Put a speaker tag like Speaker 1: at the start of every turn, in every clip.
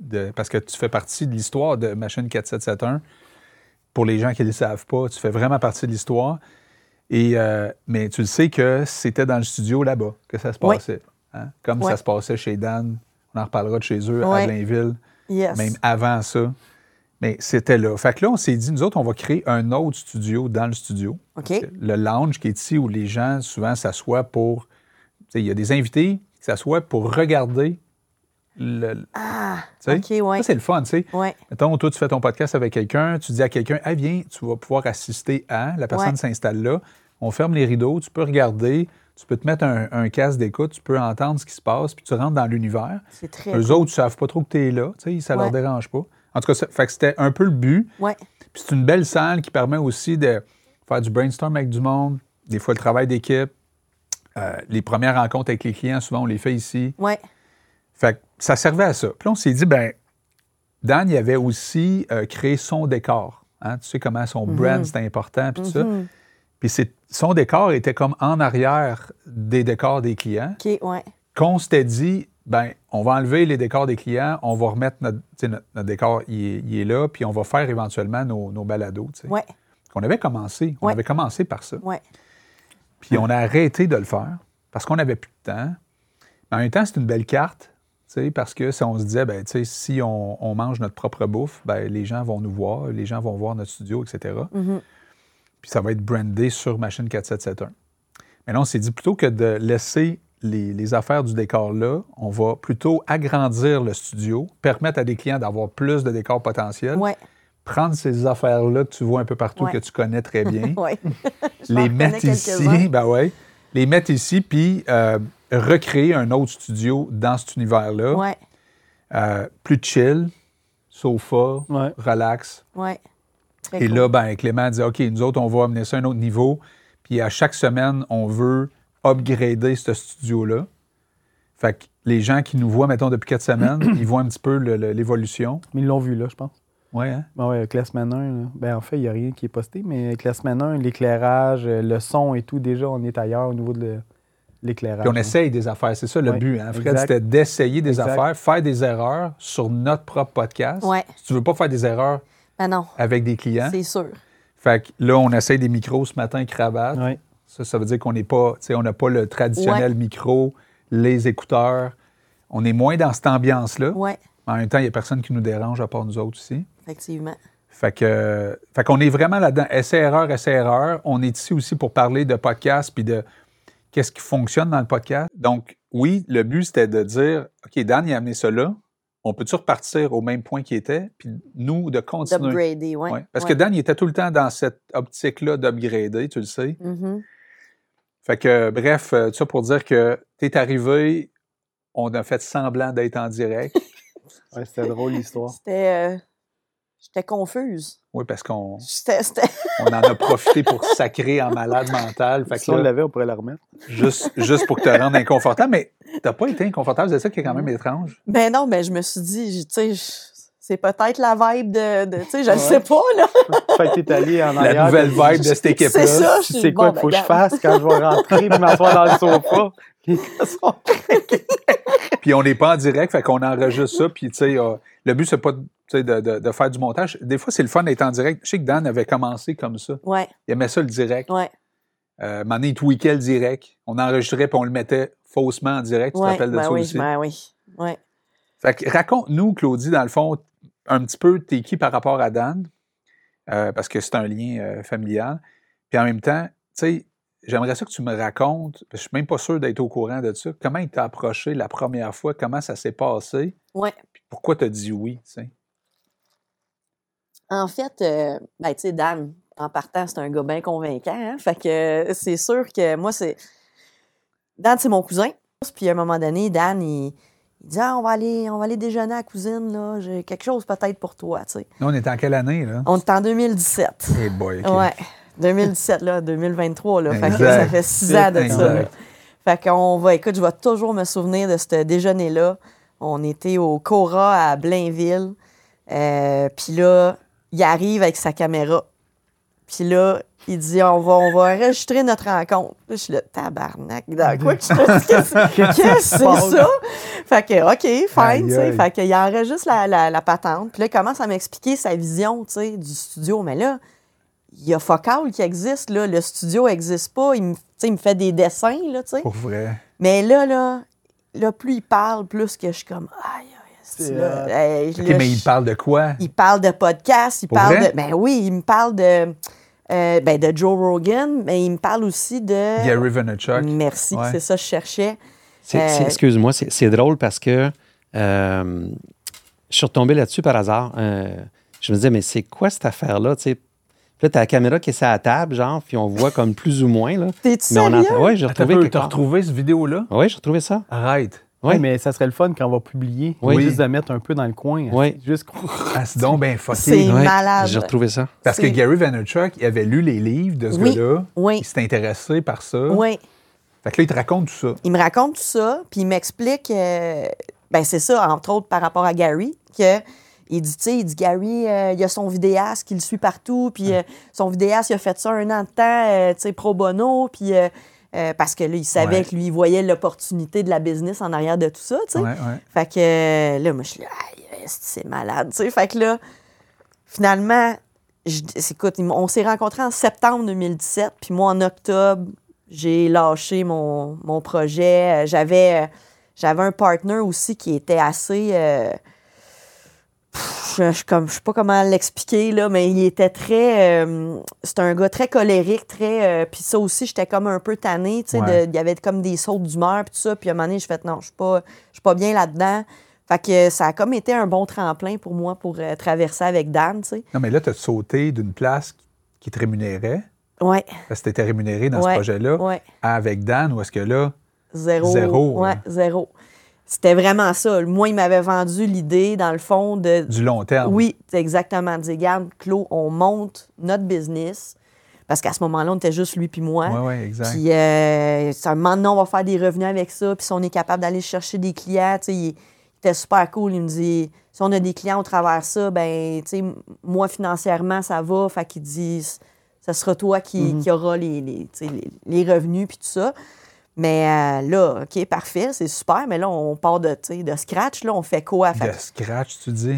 Speaker 1: de, parce que tu fais partie de l'histoire de Machine 4771. Pour les gens qui ne le savent pas, tu fais vraiment partie de l'histoire. Et, euh, mais tu le sais que c'était dans le studio là-bas que ça se
Speaker 2: Oui.
Speaker 1: passait. hein? Comme
Speaker 2: Ouais.
Speaker 1: ça se passait chez Dan. On en reparlera de chez eux à
Speaker 2: Ouais.
Speaker 1: Blainville,
Speaker 2: Yes.
Speaker 1: même avant ça. Mais c'était là. Fait que là, on s'est dit, nous autres, on va créer un autre studio dans le studio.
Speaker 2: OK.
Speaker 1: Le lounge qui est ici où les gens souvent s'assoient pour. tu sais, Il y a des invités qui s'assoient pour regarder le.
Speaker 2: Ah,
Speaker 1: tu sais.
Speaker 2: OK, ouais.
Speaker 1: Ça, c'est le fun, tu sais.
Speaker 2: ouais.
Speaker 1: Mettons, toi, tu fais ton podcast avec quelqu'un, tu dis à quelqu'un, ah, viens, tu vas pouvoir assister à. La personne
Speaker 2: Ouais.
Speaker 1: s'installe là. On ferme les rideaux, tu peux regarder, tu peux te mettre un, un casque d'écoute, tu peux entendre ce qui se passe, puis tu rentres dans l'univers.
Speaker 2: C'est très.
Speaker 1: Eux autres, ils savent pas trop que tu es là, tu sais, ça leur
Speaker 2: Ouais.
Speaker 1: dérange pas. En tout cas, ça, fait que c'était un peu le but.
Speaker 2: Ouais.
Speaker 1: Puis c'est une belle salle qui permet aussi de faire du brainstorm avec du monde, des fois le travail d'équipe. Euh, les premières rencontres avec les clients, souvent, on les fait ici.
Speaker 2: Ouais.
Speaker 1: Fait que ça servait à ça. Puis là, on s'est dit, ben Dan, il avait aussi euh, créé son décor. hein. Tu sais comment son
Speaker 2: Mhm.
Speaker 1: brand, c'est important, puis tout ça. Puis c'est- son décor était comme en arrière des décors des clients.
Speaker 2: OK, ouais.
Speaker 1: Qu'on s'était dit, ben on va enlever les décors des clients, on va remettre notre, tu sais, notre- notre décor, il est, il est là, puis on va faire éventuellement nos, nos balados. tu sais.
Speaker 2: Ouais.
Speaker 1: On avait commencé. On
Speaker 2: Ouais.
Speaker 1: avait commencé par ça.
Speaker 2: Ouais.
Speaker 1: Puis on a arrêté de le faire parce qu'on n'avait plus de temps. Mais en même temps, c'est une belle carte, tu sais, parce que si on se disait, ben, tu sais, si on, on mange notre propre bouffe, ben, les gens vont nous voir, les gens vont voir notre studio, etc.
Speaker 2: Mm-hmm.
Speaker 1: Puis ça va être brandé sur Machine 4771. Mais là, on s'est dit, plutôt que de laisser les, les affaires du décor là, on va plutôt agrandir le studio, permettre à des clients d'avoir plus de décors potentiels,
Speaker 2: Ouais.
Speaker 1: prendre ces affaires-là que tu vois un peu partout,
Speaker 2: Ouais.
Speaker 1: que tu connais très bien,
Speaker 2: Ouais. Je m'en
Speaker 1: Hein? les
Speaker 2: reconnais
Speaker 1: mettre ici,
Speaker 2: quelques-uns.
Speaker 1: ben ouais, les mettre ici, puis euh, recréer un autre studio dans cet univers-là,
Speaker 2: Ouais.
Speaker 1: Euh, plus chill, sofa,
Speaker 3: Ouais.
Speaker 1: relax.
Speaker 2: Ouais. Très
Speaker 1: Et
Speaker 2: cool.
Speaker 1: là, ben Clément dit, ok, nous autres, on va amener ça à un autre niveau, puis à chaque semaine, on veut upgrader ce studio-là. Fait que les gens qui nous voient, mettons, depuis quatre semaines, ils voient un petit peu le- le- l'évolution.
Speaker 3: Mais ils l'ont vu, là, je pense.
Speaker 1: Ouais, hein?
Speaker 3: Ben ouais, Classman 1, là. ben en fait, il n'y a rien qui est posté, mais Classman 1, l'éclairage, euh, le son et tout, déjà, on est ailleurs au niveau de le- l'éclairage.
Speaker 1: Puis on
Speaker 3: hein.
Speaker 1: essaye des affaires. C'est ça le
Speaker 3: Ouais,
Speaker 1: but. Hein, Fred,
Speaker 3: exact.
Speaker 1: c'était d'essayer des
Speaker 3: Exact.
Speaker 1: affaires, faire des erreurs sur notre propre podcast.
Speaker 2: Ouais.
Speaker 1: Si tu veux pas faire des erreurs
Speaker 2: Ben non,
Speaker 1: avec des clients.
Speaker 2: c'est sûr.
Speaker 1: Fait que là, on essaye des micros ce matin, cravate.
Speaker 3: Ouais.
Speaker 1: Ça, ça veut dire qu'on n'est pas, tu sais, on n'a pas le traditionnel
Speaker 2: Ouais.
Speaker 1: micro, les écouteurs. On est moins dans cette ambiance-là.
Speaker 2: Ouais.
Speaker 1: Mais En même temps, il n'y a personne qui nous dérange à part nous autres aussi.
Speaker 2: Effectivement.
Speaker 1: Fait que, fait qu'on est vraiment là-dedans. Essai-erreur, essai-erreur. On est ici aussi pour parler de podcast puis de qu'est-ce qui fonctionne dans le podcast. Donc, oui, le but, c'était de dire OK, Dan, il a amené ça là. On peut-tu repartir au même point qu'il était? Puis nous, de continuer.
Speaker 2: D'upgrader, ouais.
Speaker 1: Ouais. Parce que Dan, il était tout le temps dans cette optique-là d'upgrader, tu le sais.
Speaker 2: Mhm.
Speaker 1: Fait que, bref, euh, tout ça pour dire que tu es arrivé, on a fait semblant d'être en direct.
Speaker 3: Ouais, c'était drôle l'histoire.
Speaker 2: C'était. euh, J'étais confuse.
Speaker 1: Oui, parce qu'on
Speaker 2: J'étais. c'était-
Speaker 1: on en a profité pour sacrer en malade mental. Fait
Speaker 3: si
Speaker 1: que
Speaker 3: on
Speaker 1: là,
Speaker 3: l'avait, on pourrait la remettre.
Speaker 1: juste, juste pour te rendre inconfortable, mais t'as pas été inconfortable, c'est ça qui est quand même étrange.
Speaker 2: Ben non, mais je me suis dit, je- tu sais, je- c'est peut-être la vibe de. de- tu sais, je le sais pas, là.
Speaker 3: fait que t'es allé en
Speaker 1: La
Speaker 3: arrière.
Speaker 1: nouvelle
Speaker 3: puis-
Speaker 1: vibe de cette équipe-là.
Speaker 2: C'est ça. je
Speaker 3: Tu
Speaker 2: suis-
Speaker 3: sais quoi
Speaker 2: bon,
Speaker 3: qu'il faut que
Speaker 2: ben,
Speaker 3: je fasse quand je vais rentrer et m'asseoir dans le sofa? Les gars sont-
Speaker 1: Puis on n'est pas en direct, fait qu'on enregistre ça. Puis tu sais, euh, le but, c'est pas tu sais, de, de- de faire du montage. Des fois, c'est le fun d'être en direct. Je sais que Dan avait commencé comme ça.
Speaker 2: Ouais,
Speaker 1: Il aimait ça le direct.
Speaker 2: ouais,
Speaker 1: Euh, à un moment donné, il tweakait le direct. On enregistrait puis on le mettait faussement en direct. Tu te
Speaker 2: ouais.
Speaker 1: rappelles de
Speaker 2: Ben
Speaker 1: ça
Speaker 2: oui,
Speaker 1: aussi?
Speaker 2: ben oui. Ouais.
Speaker 1: Fait que raconte-nous, Claudie, dans le fond, un petit peu t'es qui par rapport à Dan, euh, parce que c'est un lien euh, familial. Puis en même temps, tu sais, j'aimerais ça que tu me racontes, parce que je suis même pas sûr d'être au courant de ça, comment il t'a approché la première fois, comment ça s'est passé,
Speaker 2: Ouais.
Speaker 1: puis pourquoi t'as dit oui, tu sais.
Speaker 2: En fait, euh, ben, tu sais, Dan, en partant, c'est un gars bien convaincant. hein. Fait que euh, c'est sûr que moi, c'est. Dan, c'est mon cousin. Puis à un moment donné, Dan, il, il dit ah, on, va aller, on va aller déjeuner à la cousine, là. J'ai quelque chose peut-être pour toi, tu sais.
Speaker 1: Nous, on était en quelle année, là?
Speaker 2: On est en 2017.
Speaker 1: Eh boy, OK.
Speaker 2: Ouais. 2017, là, 2023, là. Fait que
Speaker 1: Exact.
Speaker 2: ça fait six ans de ça. là.
Speaker 1: Exact.
Speaker 2: Fait qu'on va, écoute, je vais toujours me souvenir de ce déjeuner-là. On était au Cora à Blainville. Euh, Puis là, il arrive avec sa caméra. Puis là, il dit on va, on va enregistrer notre rencontre. Là, je suis là, tabarnak, dans quoi que je qu'est-ce que c'est- qu'est-ce que c'est ça? Fait que, OK, fine, tu sais.
Speaker 1: aïe.
Speaker 2: Fait qu'il enregistre la, la, la patente. Puis là, il commence à m'expliquer sa vision, tu sais, du studio. Mais là, il y a Focal qui existe, là. Le studio n'existe pas. Il me, tu sais, il me fait des dessins, là, tu sais.
Speaker 1: Pour vrai.
Speaker 2: Mais là, là, là, plus il parle, plus que je suis comme, aïe, aïe, c'est là.
Speaker 3: hot.
Speaker 2: Hey,
Speaker 1: euh, OK,
Speaker 2: là,
Speaker 1: mais
Speaker 2: je-
Speaker 1: il parle de quoi?
Speaker 2: il parle de podcast, il
Speaker 1: Pour
Speaker 2: parle
Speaker 1: vrai?
Speaker 2: de. Ben oui, il me parle de. euh, ben de Joe Rogan, mais il me parle aussi de.
Speaker 1: Gary Vaynerchuk.
Speaker 2: Merci,
Speaker 1: Ouais.
Speaker 2: c'est ça que je cherchais.
Speaker 4: C'est- c'est-
Speaker 2: Euh,
Speaker 4: Excuse-moi, c'est c'est drôle parce que euh, je suis retombé là-dessus par hasard. Euh, je me disais, mais c'est quoi cette affaire-là? tu sais? Puis Là, t'as la caméra qui est sur la table, genre, puis on voit comme plus ou moins. Là.
Speaker 2: T'es-tu
Speaker 4: Mais on
Speaker 2: sérieux?
Speaker 4: entend. Oui, j'ai
Speaker 1: Attends un
Speaker 4: retrouvé.
Speaker 1: peu,
Speaker 4: quelque
Speaker 1: T'as
Speaker 4: part.
Speaker 1: retrouvé cette vidéo-là?
Speaker 4: Ouais, j'ai retrouvé ça.
Speaker 1: Arrête.
Speaker 4: Oui.
Speaker 3: Ouais, mais ça serait le fun quand on va publier.
Speaker 4: Oui.
Speaker 3: Juste de mettre un peu dans le coin.
Speaker 4: Oui.
Speaker 3: Juste
Speaker 1: Ah, c'est donc ben fucké.
Speaker 2: C'est
Speaker 4: Ouais,
Speaker 2: malade.
Speaker 4: J'ai retrouvé ça.
Speaker 1: Parce que
Speaker 2: c'est-
Speaker 1: Gary Vaynerchuk, il avait lu les livres de ce
Speaker 2: Oui,
Speaker 1: gars-là.
Speaker 2: oui.
Speaker 1: Il s'est intéressé par ça.
Speaker 2: Oui.
Speaker 1: Fait que là, il te raconte tout ça.
Speaker 2: Il me raconte tout ça, puis il m'explique, euh, ben c'est ça, entre autres par rapport à Gary, que il dit, tu sais, il dit, Gary, euh, il y a son vidéaste qui le suit partout, puis
Speaker 1: Hum.
Speaker 2: euh, son vidéaste, il a fait ça un an de temps, euh, tu sais, pro bono, puis euh, euh, parce que là, il savait
Speaker 1: Ouais.
Speaker 2: que lui, il voyait l'opportunité de la business en arrière de tout ça, tu sais.
Speaker 1: Ouais, ouais.
Speaker 2: Fait que euh, là, moi, je suis là, aïe, esti, c'est malade, tu sais. Fait que là, finalement, je, c'est- écoute, ils m'ont- on s'est rencontrés en septembre 2017, puis moi, en octobre, j'ai lâché mon, mon projet. Euh, J'avais, euh, j'avais un partner aussi qui était assez. euh, pff, je, je, comme, je sais pas comment l'expliquer, là, mais il était très. euh, c'était un gars très colérique, très. euh, puis ça aussi, j'étais comme un peu tannée, tu sais. de-
Speaker 1: Ouais.
Speaker 2: Il y avait comme des sautes d'humeur, puis tout ça. Puis à un moment donné, je fait non, je suis pas, je suis pas bien là-dedans. Fait que ça a comme été un bon tremplin pour moi pour euh, traverser avec Dan, tu sais.
Speaker 1: Non, mais là, t'as sauté d'une place qui- qui te rémunérait.
Speaker 2: Ouais,
Speaker 1: Parce que t'étais rémunéré dans
Speaker 2: Ouais,
Speaker 1: ce projet-là.
Speaker 2: ouais.
Speaker 1: Avec Dan, ou est-ce que là,
Speaker 2: Zéro.
Speaker 1: Zéro,
Speaker 2: Ouais,
Speaker 1: hein.
Speaker 2: zéro. C'était vraiment ça. Moi, il m'avait vendu l'idée, dans le fond, de.
Speaker 1: du long terme?
Speaker 2: Oui, c'est exactement. Dire, garde, Claude, on monte notre business. Parce qu'à ce moment-là, on était juste lui puis moi.
Speaker 1: Oui, oui, exact.
Speaker 2: Puis, euh, c'est un moment donné, on va faire des revenus avec ça. Puis, si on est capable d'aller chercher des clients, tu sais, il était super cool. Il me dit, si on a des clients au travers ça, ben, tu sais, m- moi, financièrement, ça va. Fait qu'il dit, ça sera toi qui, qui aura les, les, tu sais, les- les revenus, puis tout ça. Mais euh, là, OK, parfait, c'est super. Mais là, on part de, tu sais, de scratch. Là, on fait quoi? Fait
Speaker 1: De scratch, tu dis.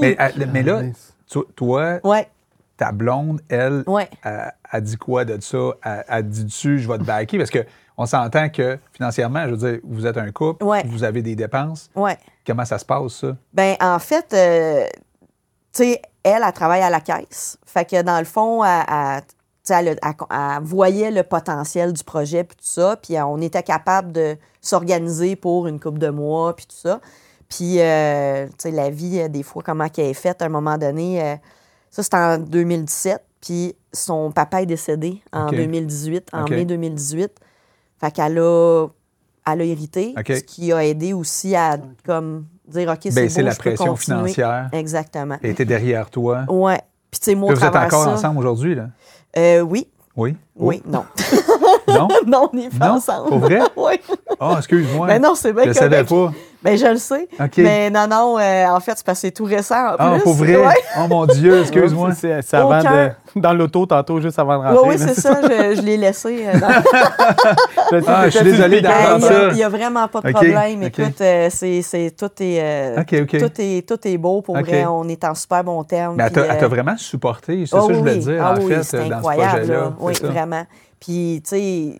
Speaker 1: mais, à- mais là, to- toi,
Speaker 2: que- ouais,
Speaker 1: ta blonde, elle,
Speaker 2: ouais.
Speaker 1: elle, elle dit quoi de ça? Elle, elle dit dessus, je vais te baquer? Parce que on s'entend que financièrement, je veux dire, vous êtes un couple,
Speaker 2: Ouais.
Speaker 1: vous avez des dépenses.
Speaker 2: Ouais.
Speaker 1: Comment ça se passe, ça?
Speaker 2: Ben, en fait, euh, tu sais, elle, elle travaille à la caisse. Fait que dans le fond, elle, elle- tu sais, elle a- elle- elle voyait le potentiel du projet, puis tout ça. Puis euh, on était capable de s'organiser pour une coupe de mois, puis tout ça. Puis, euh, tu sais, la vie, euh, des fois, comment qu'elle est faite, à un moment donné, euh, ça, c'était en 2017. Puis son papa est décédé en
Speaker 1: OK.
Speaker 2: 2018, en
Speaker 1: OK.
Speaker 2: mai 2018. Fait qu'elle a, elle a hérité,
Speaker 1: OK.
Speaker 2: ce qui a aidé aussi à, comme, dire, OK, c'est
Speaker 1: Baisser
Speaker 2: beau,
Speaker 1: Ben, la
Speaker 2: je peux
Speaker 1: pression
Speaker 2: continuer.
Speaker 1: financière.
Speaker 2: Exactement.
Speaker 1: Elle était derrière toi.
Speaker 2: Ouais. Puis, tu sais, moi,
Speaker 1: Là,
Speaker 2: au
Speaker 1: vous êtes
Speaker 2: travers
Speaker 1: encore
Speaker 2: ça-
Speaker 1: ensemble aujourd'hui, là?
Speaker 2: Euh, oui.
Speaker 1: Oui?
Speaker 2: Oui, non.
Speaker 1: Non?
Speaker 2: non, on n'est pas
Speaker 1: Non?
Speaker 2: ensemble.
Speaker 1: Pour vrai?
Speaker 2: oui.
Speaker 1: Ah, excuse-moi.
Speaker 2: Ben non, c'est bien
Speaker 1: je ne savais
Speaker 2: correct.
Speaker 1: pas.
Speaker 2: Ben, je le sais.
Speaker 1: OK.
Speaker 2: Mais non, non, euh, en fait, c'est parce que c'est tout récent. En
Speaker 1: Ah,
Speaker 2: plus.
Speaker 1: pour vrai?
Speaker 2: Ouais.
Speaker 1: Oh mon Dieu, excuse-moi.
Speaker 3: Excuse-moi. C'est c'est avant
Speaker 2: Aucun.
Speaker 3: de. Dans l'auto, tantôt, juste avant de
Speaker 2: Oui,
Speaker 3: rentrer.
Speaker 2: oui,
Speaker 1: ben,
Speaker 2: c'est ça. Je, je l'ai laissé. euh, dans-
Speaker 1: Ah, je suis désolé
Speaker 2: Ben,
Speaker 1: d'entendre
Speaker 2: Il y a-
Speaker 1: ça.
Speaker 2: il n'y a, vraiment pas de
Speaker 1: OK,
Speaker 2: problème.
Speaker 1: OK.
Speaker 2: Écoute, euh, c'est, c'est- tout, est, euh,
Speaker 1: OK, OK.
Speaker 2: tout, est, tout est beau. Pour
Speaker 1: OK. Ben,
Speaker 2: vrai, on est en super bon terme.
Speaker 1: Mais elle t'a
Speaker 2: puis,
Speaker 1: elle
Speaker 2: euh,
Speaker 1: t'a vraiment supporté, c'est
Speaker 2: ah
Speaker 1: ça que je voulais
Speaker 2: oui,
Speaker 1: dire,
Speaker 2: ah
Speaker 1: en
Speaker 2: oui,
Speaker 1: fait,
Speaker 2: c'est
Speaker 1: dans ce
Speaker 2: incroyable,
Speaker 1: projet-là.
Speaker 2: là.
Speaker 1: c'est
Speaker 2: Oui,
Speaker 1: ça.
Speaker 2: vraiment. Puis, tu sais,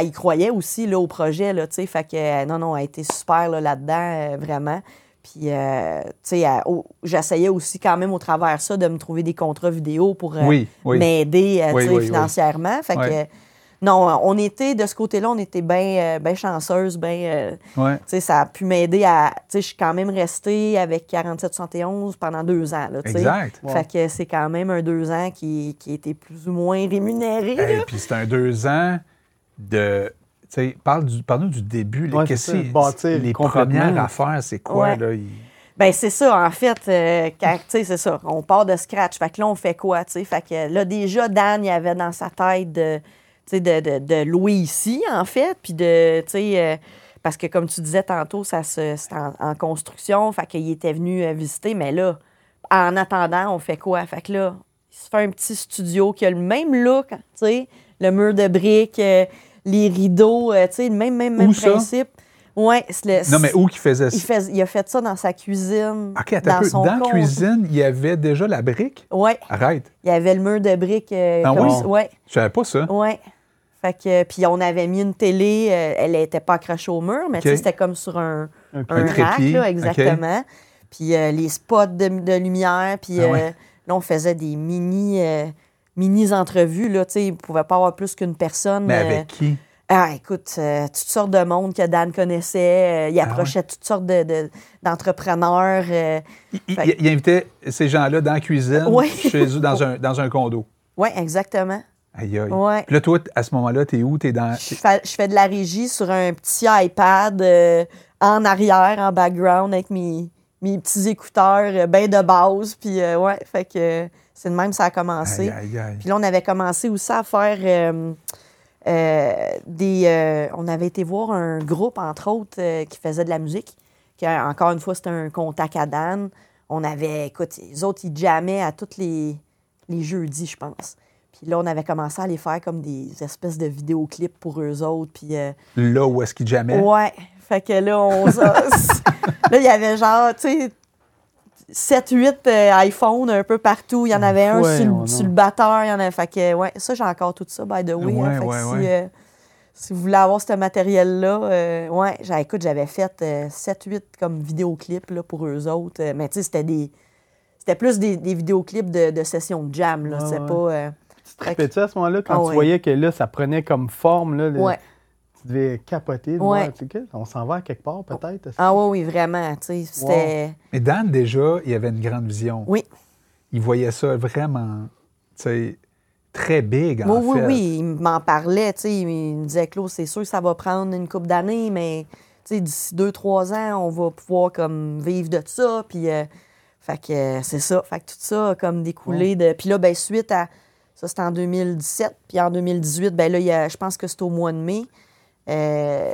Speaker 2: elle y croyait aussi là, au projet, là, tu sais. Fait que, euh, non, non, elle a été super là, là-dedans, euh, vraiment. Puis, euh, tu sais, elle- oh, j'essayais aussi quand même au travers ça de me trouver des contrats vidéo pour euh,
Speaker 1: Oui, oui.
Speaker 2: m'aider, euh,
Speaker 1: Oui,
Speaker 2: tu sais,
Speaker 1: oui, oui.
Speaker 2: financièrement. Fait que,
Speaker 1: Ouais.
Speaker 2: euh, non, on était, de ce côté-là, on était bien ben chanceuse, bien... euh,
Speaker 1: Ouais.
Speaker 2: tu sais, ça a pu m'aider à... Tu sais, je suis quand même restée avec 4771 pendant deux ans, là, tu sais.
Speaker 1: Exact.
Speaker 2: Fait que c'est quand même un deux ans qui, qui était plus ou moins rémunéré.
Speaker 1: Et
Speaker 2: là.
Speaker 1: puis c'est un deux ans de. tu sais, Parle du, parle-nous du début. là.
Speaker 3: Ouais,
Speaker 1: Qu'est-ce
Speaker 3: c'est ça,
Speaker 1: que-
Speaker 3: bâtir
Speaker 1: les
Speaker 3: complètement.
Speaker 1: premières affaires, c'est quoi?
Speaker 2: Ouais.
Speaker 1: Là, il-
Speaker 2: Ben c'est ça, en fait, euh, quand- tu sais, c'est ça, on part de scratch. Fait que là, on fait quoi, tu sais? Fait que là, déjà, Dan, il avait dans sa tête de, tu sais, de, de, de louer ici, en fait, puis de, tu sais, euh, parce que comme tu disais tantôt, ça se, c'est en, en construction, fait qu'il était venu euh, visiter, mais là, en attendant, on fait quoi? Fait que là, Il se fait un petit studio qui a le même look, tu sais, le mur de briques, euh, les rideaux, euh, tu sais, le même, même, même
Speaker 1: Où ça?
Speaker 2: principe. Ouais, c'est le-
Speaker 1: Non, mais où qui faisait
Speaker 2: il,
Speaker 1: ça?
Speaker 2: fait- il a fait ça dans sa cuisine.
Speaker 1: OK, attends un
Speaker 2: dans
Speaker 1: peu.
Speaker 2: son
Speaker 1: Dans la
Speaker 2: coin.
Speaker 1: cuisine, il y avait déjà la brique?
Speaker 2: Ouais,
Speaker 1: Arrête.
Speaker 2: il y avait le mur de briques. euh,
Speaker 1: Ah
Speaker 2: comme
Speaker 1: oui?
Speaker 2: ça. Ouais,
Speaker 1: Je savais pas ça.
Speaker 2: ouais. Fait que, puis on avait mis une télé, euh, elle n'était pas accrochée au mur, mais tu sais,
Speaker 1: OK.
Speaker 2: c'était comme sur un,
Speaker 3: Un
Speaker 2: un
Speaker 1: trépied,
Speaker 2: rack, là,
Speaker 1: OK.
Speaker 2: exactement. Puis euh, les spots de, de lumière, puis
Speaker 1: Ah ouais.
Speaker 2: euh, là, on faisait des mini, euh, mini entrevues, là, tu sais, il pouvait pas avoir plus qu'une personne.
Speaker 1: Mais
Speaker 2: euh,
Speaker 1: avec qui?
Speaker 2: ah, écoute, euh, toutes sortes de monde que Dan connaissait. euh, il
Speaker 1: Ah ouais.
Speaker 2: approchait toutes sortes de- de- d'entrepreneurs. euh,
Speaker 1: Il, il-
Speaker 2: fait-
Speaker 1: il invitait ces gens-là dans la cuisine,
Speaker 2: Ouais.
Speaker 1: chez eux, dans un, dans un condo.
Speaker 2: Oui, exactement.
Speaker 1: Aïe, aïe.
Speaker 2: Ouais.
Speaker 1: Puis là, toi, t- à ce moment-là, t'es où? T'es dans...
Speaker 2: Je fais, je fais de la régie sur un petit iPad euh, en arrière, en background, avec mes, mes petits écouteurs euh, ben de base. Puis, euh, ouais, fait que euh, c'est de même ça a commencé.
Speaker 1: Aïe, aïe, aïe.
Speaker 2: Puis là, on avait commencé aussi à faire euh, euh, des. euh, on avait été voir un groupe, entre autres, euh, qui faisait de la musique. Qui, euh, encore une fois, c'était un contact à Dan. On avait. Écoute, les autres, ils jammaient à tous les, les jeudis, je pense. Puis là, on avait commencé à les faire comme des espèces de vidéoclips pour eux autres. Puis. euh,
Speaker 1: Là où est-ce qu'il jamais?
Speaker 2: Ouais. Fait que là, on s- Là, il y avait genre, tu sais, 7-8 iPhone un peu partout. Il y en avait un
Speaker 3: Ouais,
Speaker 2: sur,
Speaker 3: on a-
Speaker 2: le- sur le batteur. Il y en a. Fait que, ouais, ça, j'ai encore tout ça, by the way.
Speaker 1: Ouais,
Speaker 2: hein. Fait que
Speaker 1: ouais,
Speaker 2: si,
Speaker 1: ouais.
Speaker 2: euh, si vous voulez avoir ce matériel-là, euh, ouais, j'ai- écoute, j'avais fait 7-8 comme vidéoclips là, pour eux autres. Euh, mais tu sais, c'était des. C'était plus des, des vidéoclips de, de sessions de jam, là.
Speaker 3: Ouais,
Speaker 2: C'était
Speaker 3: ouais.
Speaker 2: pas. euh,
Speaker 3: Tu trippais-tu à ce moment-là quand
Speaker 2: Ah
Speaker 3: tu
Speaker 2: ouais.
Speaker 3: voyais que là, ça prenait comme forme? Là, le-
Speaker 2: ouais.
Speaker 3: Tu devais capoter. de
Speaker 2: Ouais.
Speaker 3: voir, tu sais, qu'est-ce- On s'en va à quelque part, peut-être. est-ce que-
Speaker 2: Ah, ouais, oui, vraiment. Tu sais, c'était.
Speaker 1: Mais Dan, déjà, il avait une grande vision.
Speaker 2: Oui.
Speaker 1: Il voyait ça vraiment, tu sais, très big, en
Speaker 2: Oui, oui,
Speaker 1: fait.
Speaker 2: oui, il m'en parlait, tu sais, il me disait, Claude, c'est sûr que ça va prendre une couple d'années, mais tu sais, d'ici deux, trois ans, on va pouvoir comme vivre de ça, puis euh, fait que euh, c'est ça, fait que tout ça a comme découlé de... Puis là, ben suite à... Ça, c'était en 2017, puis en 2018, ben là, il y a- je pense que c'est au mois de mai. Euh,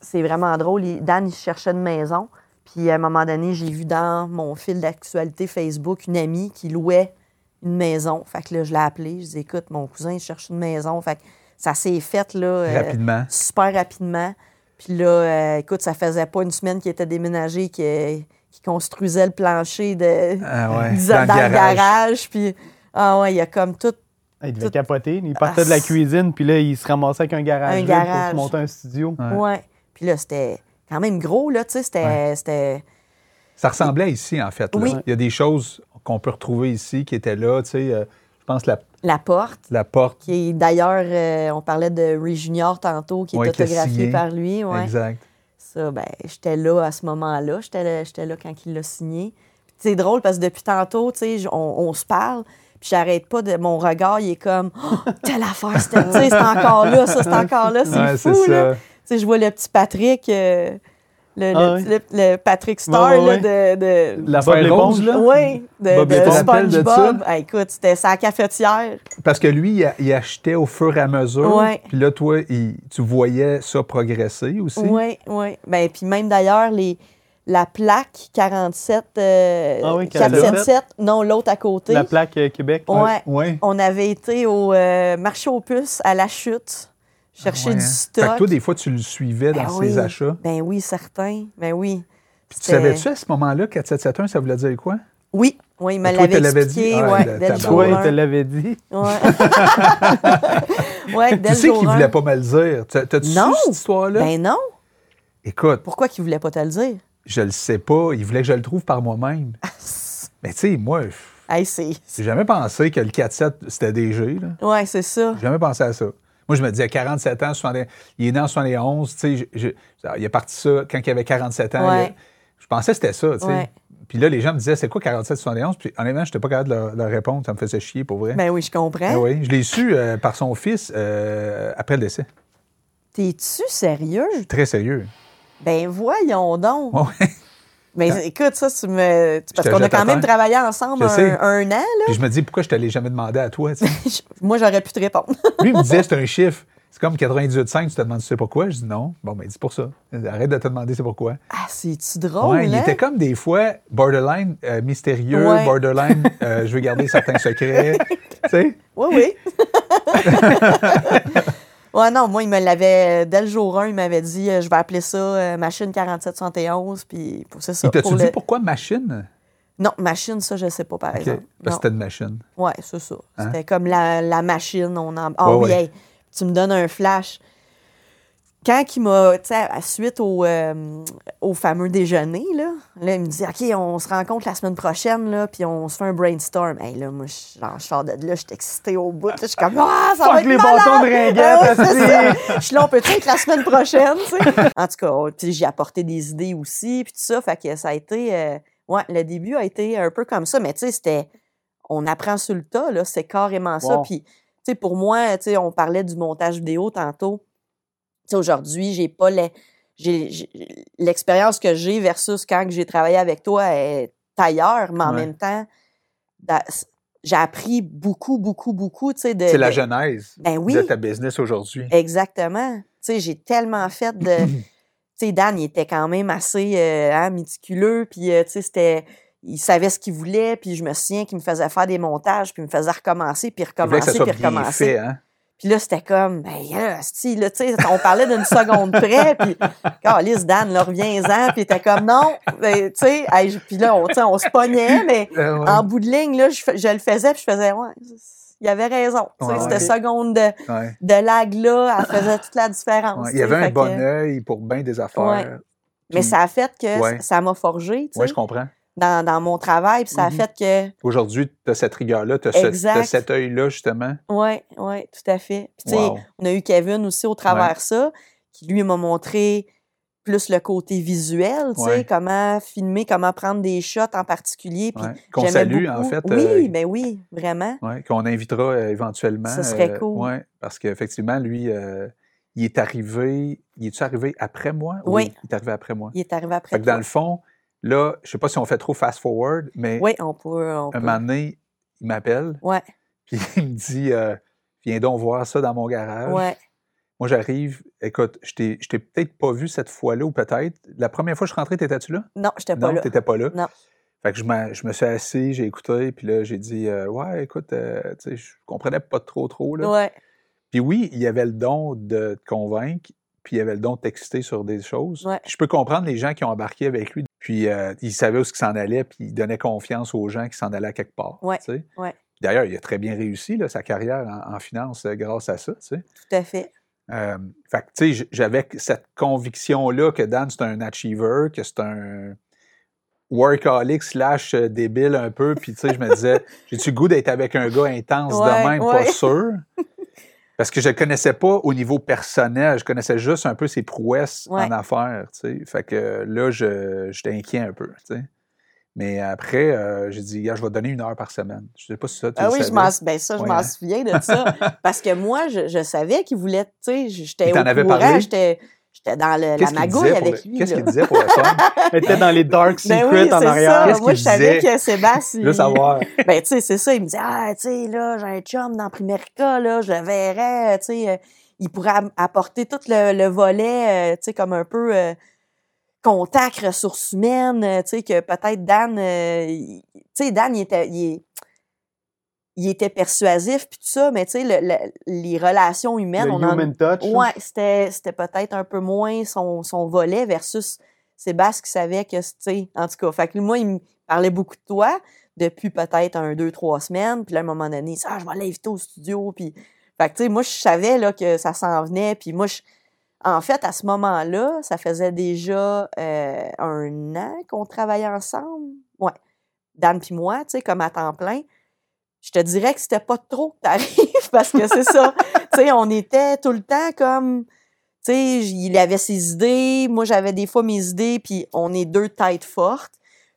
Speaker 2: c'est vraiment drôle, il- Dan, il cherchait une maison, puis à un moment donné, j'ai vu dans mon fil d'actualité Facebook une amie qui louait une maison. Fait que là, je l'ai appelé. Je dis, écoute, mon cousin, il cherche une maison. Fait que ça s'est fait, là, euh,
Speaker 1: Rapidement.
Speaker 2: super rapidement. Puis là, euh, écoute, ça faisait pas une semaine qu'il était déménagé, qu'il qu'il construisait le plancher de,
Speaker 1: Ah ouais,
Speaker 2: disons, Euh, dans, le garage. Puis, ah ouais, il y a comme tout
Speaker 3: Ah, il devait
Speaker 2: Tout-
Speaker 3: capoter. Il partait de la
Speaker 2: Ah,
Speaker 3: cuisine, puis là, il se ramassait avec un garage,
Speaker 2: Un
Speaker 3: vide
Speaker 2: garage. Ah.
Speaker 3: pour se monter un studio.
Speaker 1: Ouais.
Speaker 2: Ouais. Puis là, c'était quand même gros, là, tu sais, c'était... c'était-
Speaker 1: Ça ressemblait à ici, en fait. là.
Speaker 2: Oui.
Speaker 1: Il y a des choses qu'on peut retrouver ici qui étaient là, tu sais. euh, je pense la,
Speaker 2: la porte,
Speaker 1: la porte,
Speaker 2: qui est d'ailleurs, euh, on parlait de Ray Junior tantôt, qui est
Speaker 1: Ouais, qui est
Speaker 2: autographié
Speaker 1: signé.
Speaker 2: par lui. Ouais.
Speaker 1: exact.
Speaker 2: Ça, ben, j'étais là à ce moment-là. J'étais là, j'étais là quand il l'a signé. Puis C'est drôle parce que depuis tantôt, tu sais, j- on, on se parle, puis j'arrête pas de. Mon regard, il est comme Oh, telle affaire, c'était tu sais, c'est encore là, ça, c'est encore là, c'est
Speaker 1: Ouais,
Speaker 2: fou, là. Tu sais, je vois le petit Patrick, euh, le,
Speaker 3: Ah
Speaker 2: le-
Speaker 3: ouais.
Speaker 2: le- le Patrick Star
Speaker 3: Ouais, ouais,
Speaker 2: là, de. de
Speaker 3: La bonne
Speaker 1: Faire
Speaker 3: réponse,
Speaker 1: rose,
Speaker 3: là.
Speaker 2: oui, de,
Speaker 1: Bob
Speaker 2: de
Speaker 1: Lévesque. Tu te rappelles
Speaker 2: SpongeBob.
Speaker 1: de
Speaker 2: Ah, écoute, c'était sa cafetière.
Speaker 1: Parce que lui, il, a- il achetait au fur et à mesure.
Speaker 2: Ouais.
Speaker 1: Puis là, toi, il- tu voyais ça progresser aussi.
Speaker 2: Oui, oui. Ben, puis même d'ailleurs, les, la plaque 47, euh,
Speaker 3: Ah oui,
Speaker 2: 477, non, l'autre à côté.
Speaker 3: La plaque euh, Québec.
Speaker 2: Ouais.
Speaker 1: Ouais.
Speaker 2: On avait été au euh, marché aux puces à la chute, chercher
Speaker 1: Ouais,
Speaker 2: du
Speaker 1: hein.
Speaker 2: stock.
Speaker 1: Fait que toi, des fois, tu le suivais dans
Speaker 2: Ben
Speaker 1: ses
Speaker 2: oui.
Speaker 1: achats.
Speaker 2: Ben oui, certain. Ben oui.
Speaker 1: Puis tu
Speaker 2: C'était-
Speaker 1: savais-tu à ce moment-là, 4771, ça voulait dire quoi?
Speaker 2: Oui, oui, il me
Speaker 1: Ah, toi,
Speaker 2: l'avait
Speaker 1: te l'avait
Speaker 2: expliqué.
Speaker 1: dit? Ah,
Speaker 2: ouais,
Speaker 1: le
Speaker 2: dès le
Speaker 1: tabac.
Speaker 2: jour
Speaker 3: Toi, il
Speaker 2: un.
Speaker 3: te l'avait dit.
Speaker 2: Ouais. ouais, dès
Speaker 1: tu
Speaker 2: le
Speaker 1: sais
Speaker 2: jour
Speaker 1: qu'il
Speaker 2: un.
Speaker 1: voulait pas me le dire. T'as- T'as-tu su
Speaker 2: Non.
Speaker 1: cette histoire-là?
Speaker 2: Ben non.
Speaker 1: Écoute,
Speaker 2: Pourquoi qu'il voulait pas te le dire?
Speaker 1: je le sais pas. Il voulait que je le trouve par moi-même. Mais tu sais, moi, je-
Speaker 2: Hey, c'est...
Speaker 1: j'ai jamais pensé que le 47, c'était DG. Là.
Speaker 2: Ouais, c'est ça.
Speaker 1: J'ai jamais pensé à ça. Moi, je me disais 47 ans, 70 il est né en 71, tu sais, je- je- il est parti ça quand il avait 47 ans.
Speaker 2: Ouais.
Speaker 1: il- je pensais que c'était ça, tu sais.
Speaker 2: Ouais.
Speaker 1: Puis là, les gens me disaient, c'est quoi 47, 71? Puis honnêtement, je n'étais pas capable de leur, leur répondre, ça me faisait chier pour vrai.
Speaker 2: Ben oui, je comprends.
Speaker 1: Ah oui, je l'ai su euh, par son fils euh, après le décès.
Speaker 2: T'es-tu sérieux?
Speaker 1: Très sérieux.
Speaker 2: Ben voyons donc.
Speaker 1: Ouais, ouais.
Speaker 2: Mais écoute, ça, tu me. Parce
Speaker 1: te
Speaker 2: qu'on a
Speaker 1: jette à
Speaker 2: quand même
Speaker 1: terre.
Speaker 2: travaillé ensemble
Speaker 1: Je sais.
Speaker 2: un, un an, là.
Speaker 1: Puis je me dis, pourquoi je ne t'allais jamais demander à toi? tu sais?
Speaker 2: Moi, j'aurais pu te répondre.
Speaker 1: Lui, il me disait, c'est un chiffre. C'est comme 98.5, tu te demandes tu sais pourquoi. Je dis non. Bon, ben, dis pour ça. Arrête de te demander c'est pourquoi.
Speaker 2: Ah, c'est-tu drôle,
Speaker 1: Ouais, il
Speaker 2: hein?
Speaker 1: était comme des fois borderline euh, mystérieux,
Speaker 2: Ouais.
Speaker 1: borderline euh, je veux garder certains secrets. tu sais?
Speaker 2: Oui, oui. ouais, non, moi, il me l'avait, dès le jour 1, il m'avait dit, euh, je vais appeler ça euh, machine 4771, puis pour c'est ça.
Speaker 1: Il t'a-tu
Speaker 2: pour
Speaker 1: dit
Speaker 2: le-
Speaker 1: pourquoi machine?
Speaker 2: Non, machine, ça, je sais pas, par
Speaker 1: Ok.
Speaker 2: exemple.
Speaker 1: Parce
Speaker 2: Non.
Speaker 1: que c'était une machine.
Speaker 2: Ouais, c'est ça.
Speaker 1: Hein?
Speaker 2: C'était comme la, la machine, on en. Ah
Speaker 1: Ouais,
Speaker 2: oui,
Speaker 1: ouais.
Speaker 2: hey, tu me donnes un flash. Quand il m'a, tu sais, à- suite au, euh, au fameux déjeuner, là, là, il me dit OK, on se rencontre la semaine prochaine, là, puis on se fait un brainstorm. Hey, là, moi, je genre, je sors de là, je suis excitée au bout. là, Je suis comme Ah, ça va
Speaker 3: Fuck
Speaker 2: être
Speaker 3: les
Speaker 2: malade!
Speaker 3: bâtons de
Speaker 2: Ah
Speaker 3: ringuette,
Speaker 2: ouais, c'est ça. Je suis là, on peut-tu être la semaine prochaine, tu sais? En tout cas, on- puis j'ai apporté des idées aussi, puis tout ça. Fait que ça a été. euh, ouais, le début a été un peu comme ça, mais tu sais, c'était. On apprend sur le tas, là. C'est carrément ça.
Speaker 3: Wow.
Speaker 2: Puis, tu sais, pour moi, tu sais, on parlait du montage vidéo tantôt. Tu sais, aujourd'hui, j'ai pas les. j'ai- j'ai- L'expérience que j'ai versus quand que j'ai travaillé avec toi est ailleurs, mais en
Speaker 1: Ouais.
Speaker 2: même temps, da- j'ai appris beaucoup, beaucoup, beaucoup, tu sais, de.
Speaker 1: C'est la
Speaker 2: de-
Speaker 1: genèse
Speaker 2: Euh, Ben oui.
Speaker 1: de ta business aujourd'hui.
Speaker 2: Exactement. Tu sais, j'ai tellement fait de. tu sais, Dan, il était quand même assez euh, hein, méticuleux, puis euh, tu sais, c'était. Il savait ce qu'il voulait, puis je me souviens qu'il me faisait faire des montages, puis il me faisait recommencer, puis
Speaker 1: Il voulait que ça
Speaker 2: recommencer,
Speaker 1: soit
Speaker 2: puis
Speaker 1: bien
Speaker 2: recommencer.
Speaker 1: fait, hein?
Speaker 2: Puis là, c'était comme, ben, là, asti, là, tu sais, on parlait d'une seconde près, puis, Carlis, Dan, là, reviens-en, puis il était comme, non, ben, tu sais, hey, je- puis là, on, tu sais, on se pognait, mais
Speaker 1: Euh, ouais.
Speaker 2: en bout de ligne, là, je, fais- je le faisais, puis je faisais, ouais, il avait raison. Tu sais,
Speaker 1: Ouais,
Speaker 2: cette
Speaker 1: ouais.
Speaker 2: seconde de,
Speaker 1: Ouais,
Speaker 2: de lag là, elle faisait toute la différence.
Speaker 1: ouais.
Speaker 2: tu
Speaker 1: Il y
Speaker 2: sais,
Speaker 1: avait
Speaker 2: fait
Speaker 1: un
Speaker 2: que-
Speaker 1: bon œil pour bien des affaires.
Speaker 2: Mais ça a fait que
Speaker 1: Ouais.
Speaker 2: ça m'a forgé tu
Speaker 1: Oui,
Speaker 2: sais,
Speaker 1: je comprends.
Speaker 2: dans, dans mon travail. Puis ça a
Speaker 3: Mhm.
Speaker 2: fait que.
Speaker 1: Aujourd'hui, tu as cette rigueur-là, tu as, ce,
Speaker 2: Exact.
Speaker 1: t'as cet œil-là, justement.
Speaker 2: Oui, oui, tout à fait. Puis, tu sais,
Speaker 1: Wow.
Speaker 2: on a eu Kevin aussi au travers
Speaker 1: Ouais.
Speaker 2: ça, qui lui m'a montré plus le côté visuel, tu sais,
Speaker 1: Ouais.
Speaker 2: comment filmer, comment prendre des shots en particulier. Puis
Speaker 1: Ouais. Qu'on
Speaker 2: j'aimais
Speaker 1: salue,
Speaker 2: beaucoup.
Speaker 1: en fait.
Speaker 2: Oui,
Speaker 1: euh,
Speaker 2: ben oui, vraiment.
Speaker 1: ouais, qu'on invitera euh, éventuellement.
Speaker 2: Ce serait
Speaker 1: euh,
Speaker 2: cool.
Speaker 1: ouais, parce qu'effectivement, lui, euh, il est arrivé. Il est-tu arrivé après moi?
Speaker 2: Oui.
Speaker 1: Il est arrivé après moi.
Speaker 2: Il est arrivé après.
Speaker 1: Fait que dans
Speaker 2: toi.
Speaker 1: le fond, là, je sais pas si on fait trop fast-forward, mais
Speaker 2: Oui, on peut. on
Speaker 1: un
Speaker 2: peut.
Speaker 1: moment donné, il m'appelle.
Speaker 2: Ouais.
Speaker 1: Puis il me dit euh, Viens donc voir ça dans mon garage.
Speaker 2: Ouais,
Speaker 1: Moi, j'arrive. Écoute, je t'ai je t'ai peut-être pas vu cette fois-là, ou peut-être. La première fois que je suis rentré, t'étais-tu là?
Speaker 2: non, j'étais pas
Speaker 1: Non,
Speaker 2: là.
Speaker 1: t'étais pas là.
Speaker 2: Non.
Speaker 1: Fait que je, m'en- je me suis assis, j'ai écouté, puis là, j'ai dit euh, Ouais, écoute, euh, tu sais, je comprenais pas trop, trop. Là.
Speaker 2: Ouais,
Speaker 1: Puis oui, il y avait le don de te convaincre, puis il y avait le don de t'exciter sur des choses.
Speaker 2: Ouais.
Speaker 1: Je peux comprendre les gens qui ont embarqué avec lui, puis euh, il savait où ce qui s'en allait, puis il donnait confiance aux gens qui s'en allaient à quelque part.
Speaker 2: Ouais,
Speaker 1: tu sais.
Speaker 2: ouais.
Speaker 1: D'ailleurs, il a très bien réussi là, sa carrière en, en finance euh, grâce à ça. tu sais.
Speaker 2: tout à fait.
Speaker 1: Euh, fait que, tu sais, j- j'avais cette conviction-là que Dan, c'est un achiever, que c'est un workaholic slash euh, débile un peu. Puis, tu sais, je me disais, j'ai-tu le goût d'être avec un gars intense
Speaker 2: Ouais,
Speaker 1: de même?
Speaker 2: ouais.
Speaker 1: Pas sûr. Parce que je ne connaissais pas au niveau personnel. Je connaissais juste un peu ses prouesses en
Speaker 2: Ouais.
Speaker 1: affaires, tu sais. Fait que euh, là, je- j'étais inquiet un peu, tu sais. Mais après, euh, j'ai dit, Gars, je vais te donner une heure par semaine. Je sais pas si ça, tu
Speaker 2: Ah
Speaker 1: le
Speaker 2: oui, je
Speaker 1: savais.
Speaker 2: m'en, ben ça, je
Speaker 1: Ouais,
Speaker 2: m'en
Speaker 1: hein.
Speaker 2: souviens de ça. Parce que moi, je, je savais qu'il voulait, tu sais, j'étais
Speaker 1: Il
Speaker 2: au
Speaker 1: t'en avait
Speaker 2: courant,
Speaker 1: parlé?
Speaker 2: j'étais, j'étais dans le- la
Speaker 1: Qu'est-ce qu'il
Speaker 2: magouille
Speaker 1: disait pour
Speaker 2: avec
Speaker 1: le-
Speaker 2: lui.
Speaker 1: qu'est-ce
Speaker 2: là.
Speaker 1: qu'il disait pour le fun?
Speaker 3: Elle était dans les dark secrets
Speaker 2: Ben oui, c'est
Speaker 3: en
Speaker 2: ça.
Speaker 3: arrière.
Speaker 1: Qu'est-ce
Speaker 2: Moi,
Speaker 1: qu'il
Speaker 2: je savais
Speaker 1: disait?
Speaker 2: que Sébastien.
Speaker 1: Je veux savoir.
Speaker 2: Ben, tu sais, c'est ça. Il me disait, ah, tu sais, là, j'ai un chum dans Primerica, là, je le verrais, tu sais, euh, il pourrait am- apporter tout le, le volet, euh, tu sais, comme un peu euh, contact, ressources humaines, euh, tu sais, que peut-être Dan, euh, il- tu sais, Dan, il était, il, est- il était persuasif, puis tout ça, mais tu sais, le- le- les relations humaines,
Speaker 3: Le
Speaker 2: on en
Speaker 3: human touch. là.
Speaker 2: Ouais, c'était, c'était peut-être un peu moins son, son volet versus Sébastien qui savait que, tu sais, en tout cas, fait que moi, il me parlait beaucoup de toi depuis peut-être un, deux, trois semaines. Puis là, à un moment donné, il dit, ah, je vais l'inviter au studio. Puis, fait que, tu sais, moi, je savais là, que ça s'en venait. Puis moi, je- en fait, à ce moment-là, ça faisait déjà euh, un an qu'on travaillait ensemble. Ouais. Dan puis moi, tu sais, comme à temps plein. Je te dirais que c'était pas trop que t'arrives parce que c'est ça tu sais, on était tout le temps comme, tu sais, j- il avait ses idées, moi j'avais des fois mes idées, puis on est deux têtes fortes.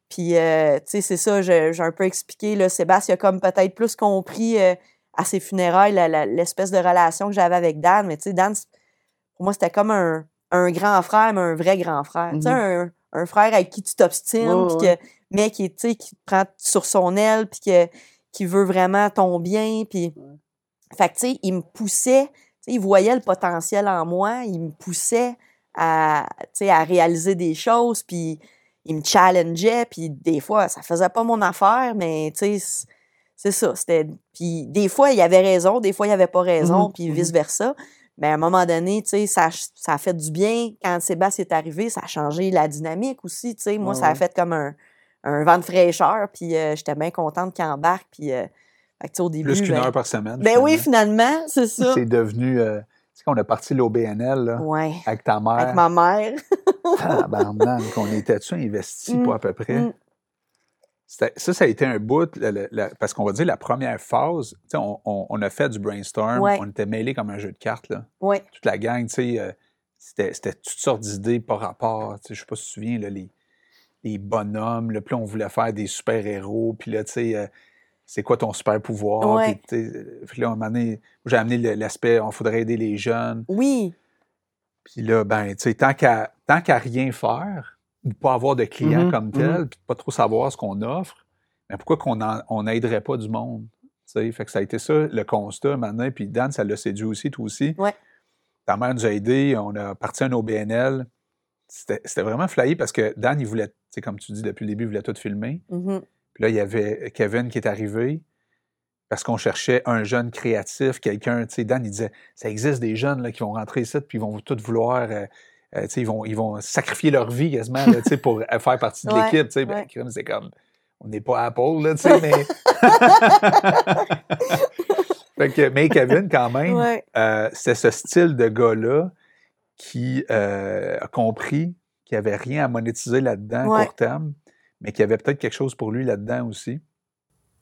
Speaker 2: Puis, euh, tu sais, c'est ça, je- j'ai un peu expliqué, là, Sébastien a comme peut-être plus compris euh, à ses funérailles la- la- l'espèce de relation que j'avais avec Dan. Mais tu sais, Dan, c'est- pour moi, c'était comme un, un grand frère, mais un vrai grand frère. Tu sais, un, un frère avec qui tu t'obstines,
Speaker 3: Ouais,
Speaker 2: puis
Speaker 3: ouais.
Speaker 2: que- mais qui, tu sais, qui te prend sur son aile, puis que- qui veut vraiment ton bien, puis... Fait que, tu sais, il me poussait. Tu tu sais, il voyait le potentiel en moi, il me poussait à, tu sais, à réaliser des choses, puis il me challengeait, puis des fois, ça faisait pas mon affaire, mais tu sais, c'est- c'est ça. C'était, puis des fois, il avait raison, des fois, il avait pas raison,
Speaker 1: Mm-hmm.
Speaker 3: Mhm,
Speaker 2: puis
Speaker 3: mhm.
Speaker 2: vice-versa. Mais à un moment donné, tu sais, ça, a- ça a fait du bien. Quand Sébastien est arrivé, ça a changé la dynamique aussi, tu sais. Moi,
Speaker 3: Ouais,
Speaker 2: ça a
Speaker 3: ouais.
Speaker 2: fait comme un, un vent de fraîcheur, puis euh, j'étais bien contente qu'il embarque, puis... euh, fait que, tu sais, au début,
Speaker 1: Plus qu'une
Speaker 2: ben-
Speaker 1: heure par semaine.
Speaker 2: ben oui, finalement, c'est ça.
Speaker 1: C'est devenu. euh, tu sais, qu'on a parti l'OBNL, là,
Speaker 2: Ouais.
Speaker 1: avec ta mère.
Speaker 2: Avec ma mère.
Speaker 1: Tabarnak, qu'on était-tu investi
Speaker 2: Mm,
Speaker 1: pas à peu près?
Speaker 2: mm.
Speaker 1: C'était- Ça, ça a été un bout, le- le- la- parce qu'on va dire la première phase, tu sais, on, on- on a fait du brainstorm,
Speaker 2: Ouais.
Speaker 1: on était mêlés comme un jeu de cartes, là.
Speaker 2: Ouais.
Speaker 1: toute la gang, tu sais, euh, c'était c'était toutes sortes d'idées par rapport, tu sais, je sais pas si tu te souviens, là, les, les bonhommes, là, puis là, on voulait faire des super-héros, puis là, tu sais, euh, c'est quoi ton super-pouvoir,
Speaker 2: Ouais.
Speaker 1: puis tu sais, euh, puis là, à un moment donné, j'ai amené le- l'aspect, on faudrait aider les jeunes,
Speaker 2: Oui.
Speaker 1: puis là, ben, tu sais, tant qu'à tant qu'à rien faire, ou pas avoir de clients
Speaker 3: Mhm,
Speaker 1: comme tel, puis de pas trop savoir ce qu'on offre, mais pourquoi qu'on en- on n'aiderait pas du monde? tu sais? Fait que ça a été ça, le constat, maintenant. Puis Dan, ça l'a séduit aussi, toi aussi.
Speaker 2: Ouais.
Speaker 1: Ta mère nous a aidés, on a parti un OBNL. C'était c'était vraiment flyé parce que Dan, il voulait, tu sais, comme tu dis depuis le début, il voulait tout filmer.
Speaker 2: Mhm.
Speaker 1: Puis là, il y avait Kevin qui est arrivé parce qu'on cherchait un jeune créatif, quelqu'un, tu sais, Dan, il disait, ça existe des jeunes là, qui vont rentrer ici, puis ils vont tous vouloir, euh, euh, tu sais, ils vont, ils vont sacrifier leur vie quasiment, là, tu sais, pour euh, faire partie de
Speaker 2: Ouais,
Speaker 1: l'équipe, tu sais. Ben,
Speaker 2: ouais.
Speaker 1: Kevin, c'est comme, on n'est pas Apple, là, tu sais, mais... Fait que- mais Kevin, quand même,
Speaker 2: Ouais.
Speaker 1: euh, c'est ce style de gars-là qui euh, a compris qu'il n'y avait rien à monétiser là-dedans à
Speaker 2: Ouais.
Speaker 1: court terme, mais qu'il y avait peut-être quelque chose pour lui là-dedans aussi.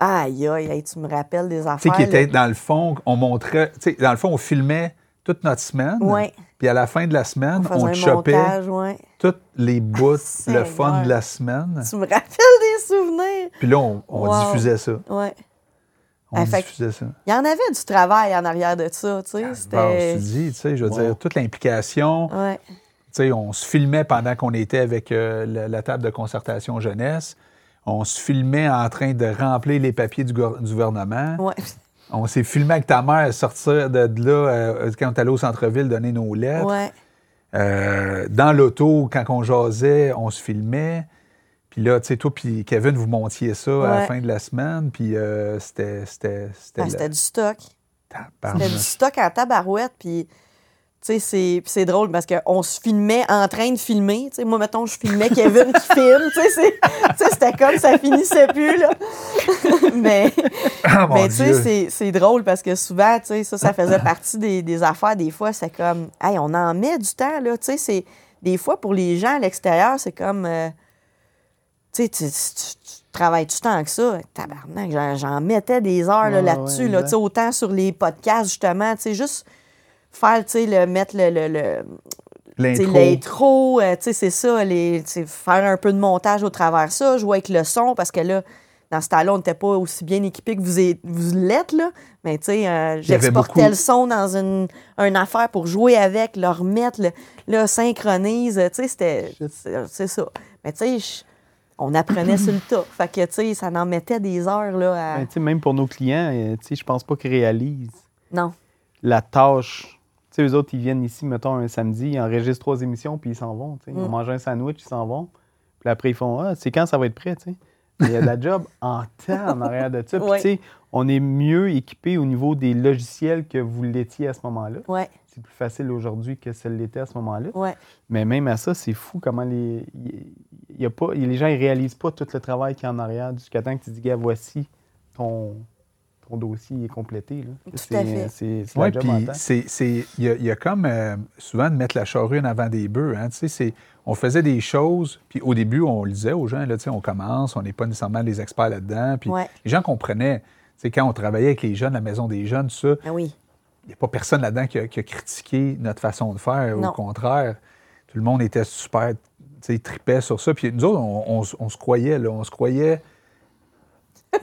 Speaker 2: Aïe, aïe, aïe, tu me rappelles des
Speaker 1: Tu
Speaker 2: affaires.
Speaker 1: sais, qui était
Speaker 2: là.
Speaker 1: dans le fond, on montrait, tu sais, dans le fond, on filmait toute notre semaine,
Speaker 2: Ouais.
Speaker 1: puis à la fin de la
Speaker 2: On
Speaker 1: semaine, on,
Speaker 2: faisait un
Speaker 1: chopait
Speaker 2: montage, ouais.
Speaker 1: tous les bouts, le
Speaker 2: Seigneur.
Speaker 1: fun de la semaine,
Speaker 2: Tu me rappelles des souvenirs.
Speaker 1: puis là, on, on
Speaker 2: Wow.
Speaker 1: diffusait ça.
Speaker 2: Ouais.
Speaker 1: On
Speaker 2: Ah, fait que-
Speaker 1: diffusait ça.
Speaker 2: Il y en avait du travail en arrière de ça, tu sais.
Speaker 1: Alors, je
Speaker 2: C'était.
Speaker 1: te dis, tu sais, je veux
Speaker 4: Wow.
Speaker 1: dire, toute l'implication,
Speaker 2: Ouais.
Speaker 1: Tu sais, on se filmait pendant qu'on était avec euh, la, la table de concertation jeunesse. On se filmait en train de remplir les papiers du, gour- du gouvernement.
Speaker 2: Ouais.
Speaker 1: On s'est filmé avec ta mère sortir de, de là euh, quand on est allé au centre-ville donner nos lettres.
Speaker 2: Ouais.
Speaker 1: Euh, dans l'auto, quand on jasait, on se filmait. Puis là, tu sais, toi puis Kevin, vous montiez ça à la
Speaker 2: Ouais.
Speaker 1: fin de la semaine. Puis euh, c'était... C'était... C'était...
Speaker 2: Ah, C'était du stock. C'était du
Speaker 1: Tabarnak.
Speaker 2: stock en tabarouette, puis... Tu sais, c'est- puis c'est drôle parce qu'on se filmait en train de filmer. Tu sais, moi, mettons, je filmais Kevin qui filme. Tu sais, c'est- tu sais, c'était comme ça finissait plus, là. Mais,
Speaker 1: Ah, mon
Speaker 2: mais Ben, tu sais,
Speaker 1: Dieu.
Speaker 2: c'est- c'est drôle parce que souvent, tu sais, ça, ça faisait partie des, des affaires. Des fois, c'est comme, hey, on en met du temps, là. Tu sais, c'est- des fois, pour les gens à l'extérieur, c'est comme, euh, tu sais, tu, tu- tu- tu travailles-tu tant que ça? Tabarnak, j'en- j'en mettais des heures là,
Speaker 3: Ouais,
Speaker 2: là-dessus,
Speaker 3: ouais,
Speaker 2: là,
Speaker 3: exact.
Speaker 2: tu sais, autant sur les podcasts, justement, tu sais, juste faire, tu sais, le, mettre le, le- le- tu sais,
Speaker 1: L'intro.
Speaker 2: l'intro, euh, tu sais, c'est ça, les, tu sais, faire un peu de montage au travers de ça, jouer avec le son, parce que là, dans ce temps-là, on n'était pas aussi bien équipé que vous, êtes- vous l'êtes, là. Mais tu
Speaker 1: y
Speaker 2: sais, euh,
Speaker 1: avait
Speaker 2: j'exportais
Speaker 1: beaucoup-
Speaker 2: le son dans une, une affaire pour jouer avec, le remettre, le, le synchronise, euh, tu sais, c'était... c'est- C'est ça. Mais tu sais, je- on apprenait sur le tas. Fait que, tu sais, ça en mettait des heures, là, à-
Speaker 3: Ben, tu sais, même pour nos clients, euh, tu sais, je pense pas qu'ils réalisent
Speaker 2: Non.
Speaker 3: la tâche. Tu sais, eux autres, ils viennent ici, mettons, un samedi, ils enregistrent trois émissions, puis ils s'en vont. tu sais. Ils
Speaker 2: Mm.
Speaker 3: ont mangé un sandwich, ils s'en vont. Puis après, ils font Ah, c'est quand ça va être prêt, tu sais. Mais Il y a de la job en temps en arrière de ça. Puis,
Speaker 2: Ouais.
Speaker 3: tu sais, on est mieux équipé au niveau des logiciels que vous l'étiez à ce moment-là.
Speaker 2: Ouais,
Speaker 3: C'est plus facile aujourd'hui que ça l'était à ce moment-là.
Speaker 2: ouais.
Speaker 3: Mais même à ça, c'est fou comment les, y- y a pas, y- les gens ne réalisent pas tout le travail qu'il y a en arrière jusqu'à temps que tu dis, gars, voici ton, ton dossier est complété. Là.
Speaker 2: Tout à
Speaker 3: C'est-
Speaker 2: fait.
Speaker 3: C'est c'est la
Speaker 1: Oui,
Speaker 3: job
Speaker 1: puis
Speaker 3: en temps.
Speaker 1: c'est- c'est- il y, a- il y a comme euh, souvent de mettre la charrue en avant des bœufs. Hein, tu sais, c'est- on faisait des choses, puis au début, on le disait aux gens, là, tu sais, on commence, on n'est pas nécessairement des experts là-dedans. Puis
Speaker 2: Ouais.
Speaker 1: les gens comprenaient, tu sais, quand on travaillait avec les jeunes, la maison des jeunes, tout ça,
Speaker 2: Ah oui.
Speaker 1: il n'y a pas personne là-dedans qui a, qui a critiqué notre façon de faire.
Speaker 2: Non.
Speaker 1: Au contraire, tout le monde était super, tu sais, tripait sur ça. Puis nous autres, on, on se- on se croyait, là, on se croyait,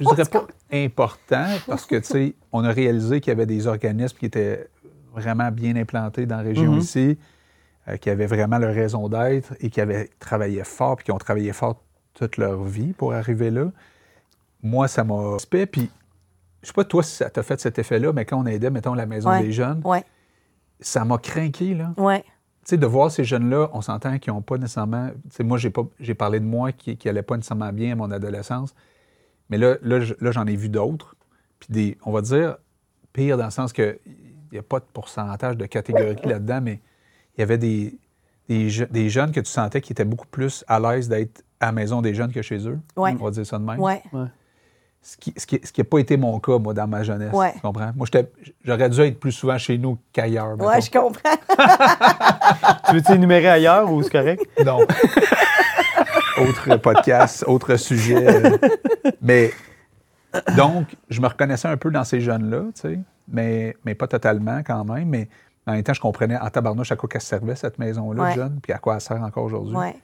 Speaker 1: je dirais pas important, parce que, tu sais, on a réalisé qu'il y avait des organismes qui étaient vraiment bien implantés dans la région
Speaker 3: Mhm.
Speaker 1: ici, euh, qui avaient vraiment leur raison d'être et qui avaient travaillé fort, puis qui ont travaillé fort toute leur vie pour arriver là. Moi, ça m'a respect. Puis, je sais pas toi si ça t'a fait cet effet-là, mais quand on aidait, mettons, la maison
Speaker 2: Ouais.
Speaker 1: des jeunes,
Speaker 2: Ouais.
Speaker 1: ça m'a craqué, là.
Speaker 2: Ouais.
Speaker 1: Tu sais, de voir ces jeunes-là, on s'entend qu'ils n'ont pas nécessairement. Tu sais, moi, j'ai pas, j'ai parlé de moi qui n'allait pas nécessairement bien à mon adolescence. Mais là, là, je- là, j'en ai vu d'autres. Puis des, on va dire, pire dans le sens que il n'y a pas de pourcentage de catégorie là-dedans, mais il y avait des, des, je- des jeunes que tu sentais qui étaient beaucoup plus à l'aise d'être à la maison des jeunes que chez eux.
Speaker 2: Ouais.
Speaker 1: On va dire ça de même.
Speaker 2: Ouais.
Speaker 1: Ce qui n'a ce qui, ce qui a pas été mon cas, moi, dans ma jeunesse.
Speaker 2: Ouais.
Speaker 1: Tu comprends? Moi, j'étais- j'aurais dû être plus souvent chez nous qu'ailleurs.
Speaker 2: Ouais, je comprends.
Speaker 3: Tu veux-tu énumérer ailleurs ou c'est correct?
Speaker 1: Non. autre podcast, autre sujet. euh. Mais donc, je me reconnaissais un peu dans ces jeunes-là, tu sais, mais, mais pas totalement quand même. Mais en même temps, je comprenais en tabarnouche à quoi qu'elle servait cette maison-là,
Speaker 2: Ouais.
Speaker 1: de jeune, puis à quoi elle sert encore aujourd'hui.
Speaker 2: Ouais.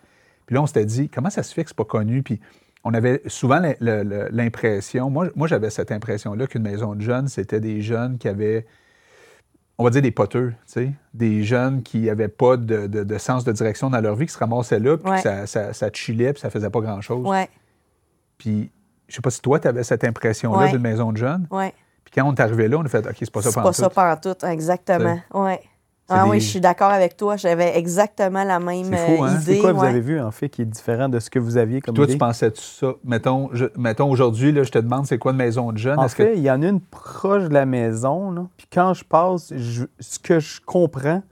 Speaker 1: Puis là, on s'était dit, comment ça se fait que c'est pas connu? Puis on avait souvent l'im- le- le- l'impression, moi, moi j'avais cette impression-là qu'une maison de jeunes, c'était des jeunes qui avaient, on va dire des poteux, tu sais, des jeunes qui n'avaient pas de, de- de sens de direction dans leur vie, qui se ramassaient là, puis
Speaker 2: Ouais.
Speaker 1: que ça, ça, ça chillait, puis ça faisait pas grand-chose.
Speaker 2: Ouais.
Speaker 1: Puis je sais pas si toi, tu avais cette impression-là
Speaker 2: Ouais.
Speaker 1: d'une maison de jeunes.
Speaker 2: Ouais.
Speaker 1: Puis quand on est arrivé là, on a fait, OK, c'est pas ça
Speaker 2: C'est
Speaker 1: pendant
Speaker 2: pas ça pantoute, exactement. Ouais.
Speaker 1: C'est
Speaker 2: Ah
Speaker 1: des-
Speaker 2: oui, je suis d'accord avec toi. J'avais exactement la même
Speaker 1: C'est fou,
Speaker 2: euh,
Speaker 1: hein?
Speaker 2: idée.
Speaker 3: C'est quoi vous
Speaker 2: ouais.
Speaker 3: avez vu, en fait, qui est différent de ce que vous aviez comme
Speaker 1: Toi,
Speaker 3: idée?
Speaker 1: tu pensais ça? Mettons, je- mettons aujourd'hui, là, je te demande, c'est quoi une maison de jeunes?
Speaker 3: En
Speaker 1: Est-ce
Speaker 3: fait, il y en a une proche de la maison. là. Puis quand je passe, je- ce que je comprends,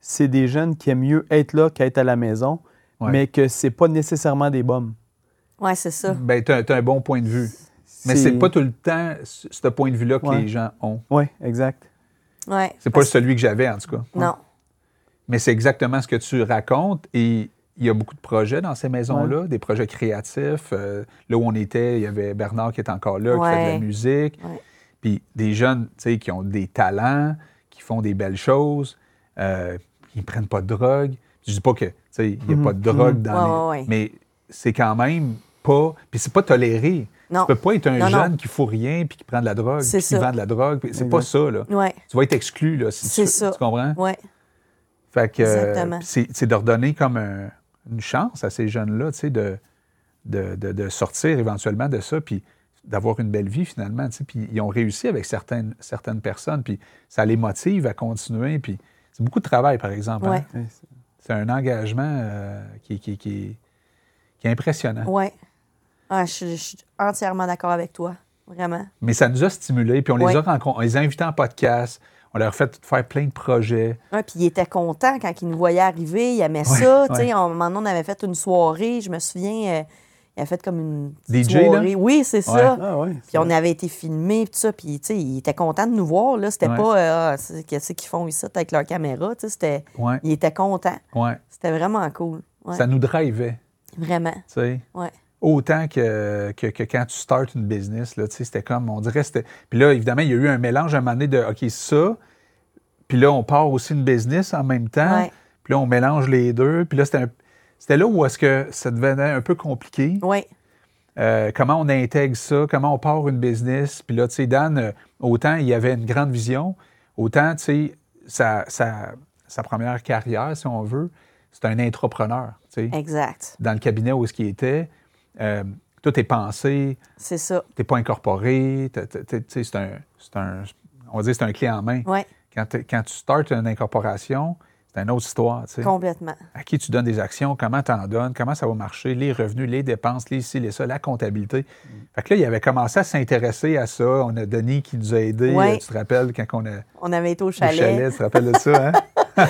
Speaker 3: c'est des jeunes qui aiment mieux être là qu'être à la maison,
Speaker 1: Ouais.
Speaker 3: mais que c'est pas nécessairement des bombes.
Speaker 2: Ouais, c'est ça.
Speaker 1: que ben, tu as, un bon point de vue. Mais c'est pas tout le temps ce ce point de vue-là que
Speaker 3: Ouais.
Speaker 1: les gens ont.
Speaker 3: Oui, exact.
Speaker 2: Ouais.
Speaker 1: C'est pas celui que j'avais, en tout cas.
Speaker 2: Non.
Speaker 1: Mais c'est exactement ce que tu racontes. Et il y a beaucoup de projets dans ces maisons-là, des projets créatifs. Euh, là où on était, il y avait Bernard qui est encore là, qui fait de
Speaker 2: Ouais.
Speaker 1: la musique.
Speaker 2: Ouais.
Speaker 1: Puis des jeunes, tu sais, qui ont des talents, qui font des belles choses, euh, ils prennent pas de drogue. Je dis pas que, tu sais, il n'y a
Speaker 3: Mhm.
Speaker 1: pas de drogue dans
Speaker 2: Ouais,
Speaker 1: les...
Speaker 2: ouais, ouais.
Speaker 1: Mais c'est quand même pas... Puis c'est pas toléré.
Speaker 2: Non.
Speaker 1: Tu peux pas être un
Speaker 2: Non, non.
Speaker 1: jeune qui fout rien puis qui prend de la drogue,
Speaker 2: C'est
Speaker 1: puis qui
Speaker 2: ça.
Speaker 1: vend de la drogue. puis C'est pas ça, là.
Speaker 2: Ouais.
Speaker 1: Tu vas être exclu, là. si
Speaker 2: C'est
Speaker 1: tu-
Speaker 2: ça.
Speaker 1: Tu comprends?
Speaker 2: Ouais.
Speaker 1: Fait que euh,
Speaker 2: Exactement.
Speaker 1: pis c'est c'est de leur donner comme un- une chance à ces jeunes-là, tu sais, de, de, de- de sortir éventuellement de ça, puis d'avoir une belle vie finalement, tu sais. Puis ils ont réussi avec certaines, certaines personnes, puis ça les motive à continuer, puis c'est beaucoup de travail, par exemple. hein.
Speaker 2: Ouais.
Speaker 3: Ouais,
Speaker 1: C'est un engagement euh, qui, qui, qui- qui est impressionnant.
Speaker 2: Ouais. Ah, je, suis- je suis entièrement d'accord avec toi. Vraiment.
Speaker 1: Mais ça nous a stimulés, puis on les
Speaker 2: Ouais.
Speaker 1: a rencontrés, on les a invités en podcast, on leur a fait faire plein de projets.
Speaker 2: Ouais, puis il était content quand il nous voyait arriver. Il aimait
Speaker 1: Ouais,
Speaker 2: ça. Tu
Speaker 1: ouais.
Speaker 2: sais, à un moment donné, on avait fait une soirée. Je me souviens, euh, il a fait comme une petite
Speaker 1: DJ, là?
Speaker 2: soirée. Oui, c'est ça.
Speaker 3: Ah ouais.
Speaker 2: Puis on avait été filmé, tout ça. Puis, tu sais, il était content de nous voir. Là. C'était
Speaker 1: Ouais.
Speaker 2: pas, euh, Ah, c'est- qu'est-ce qu'ils font ici avec leur caméra? Tu sais, c'était,
Speaker 1: Ouais,
Speaker 2: il était content.
Speaker 1: ouais.
Speaker 2: C'était vraiment cool. Ouais.
Speaker 1: Ça nous drivait,
Speaker 2: Vraiment.
Speaker 1: tu sais.
Speaker 2: Ouais.
Speaker 1: autant que, que, que quand tu starts une business, là, tu sais, c'était comme, on dirait, c'était... Puis là, évidemment, il y a eu un mélange à un moment donné de, OK, ça, puis là, on part aussi une business en même temps,
Speaker 2: Ouais.
Speaker 1: puis là, on mélange les deux, puis là, c'était un- C'était là où est-ce que ça devenait un peu compliqué.
Speaker 2: Ouais.
Speaker 1: Euh, comment on intègre ça, comment on part une business. Puis là, tu sais, Dan, euh, autant il y avait une grande vision, autant, tu sais, sa, sa, sa première carrière, si on veut, c'est un entrepreneur, tu sais
Speaker 2: Exact.
Speaker 1: dans le cabinet où ce qui était. Euh, tout est pensé,
Speaker 2: C'est ça.
Speaker 1: t'es pas incorporé, t'as- t'as- t'as- tu sais, c'est un, c'est un- on va dire c'est un clé en main.
Speaker 2: Ouais.
Speaker 1: Quand, t'es- quand tu startes une incorporation, c'est une autre histoire. tu sais.
Speaker 2: Complètement.
Speaker 1: À qui tu donnes des actions, comment t'en donnes, comment ça va marcher, les revenus, les dépenses, les ci, les ça, la comptabilité.
Speaker 3: Mm.
Speaker 1: Fait que là, il avait commencé à s'intéresser à ça. On a Denis qui nous a aidés.
Speaker 2: Ouais.
Speaker 1: Euh, Tu te rappelles quand on a
Speaker 2: On avait été au
Speaker 1: au
Speaker 2: chalet,
Speaker 1: chalet, tu te rappelles de ça, hein?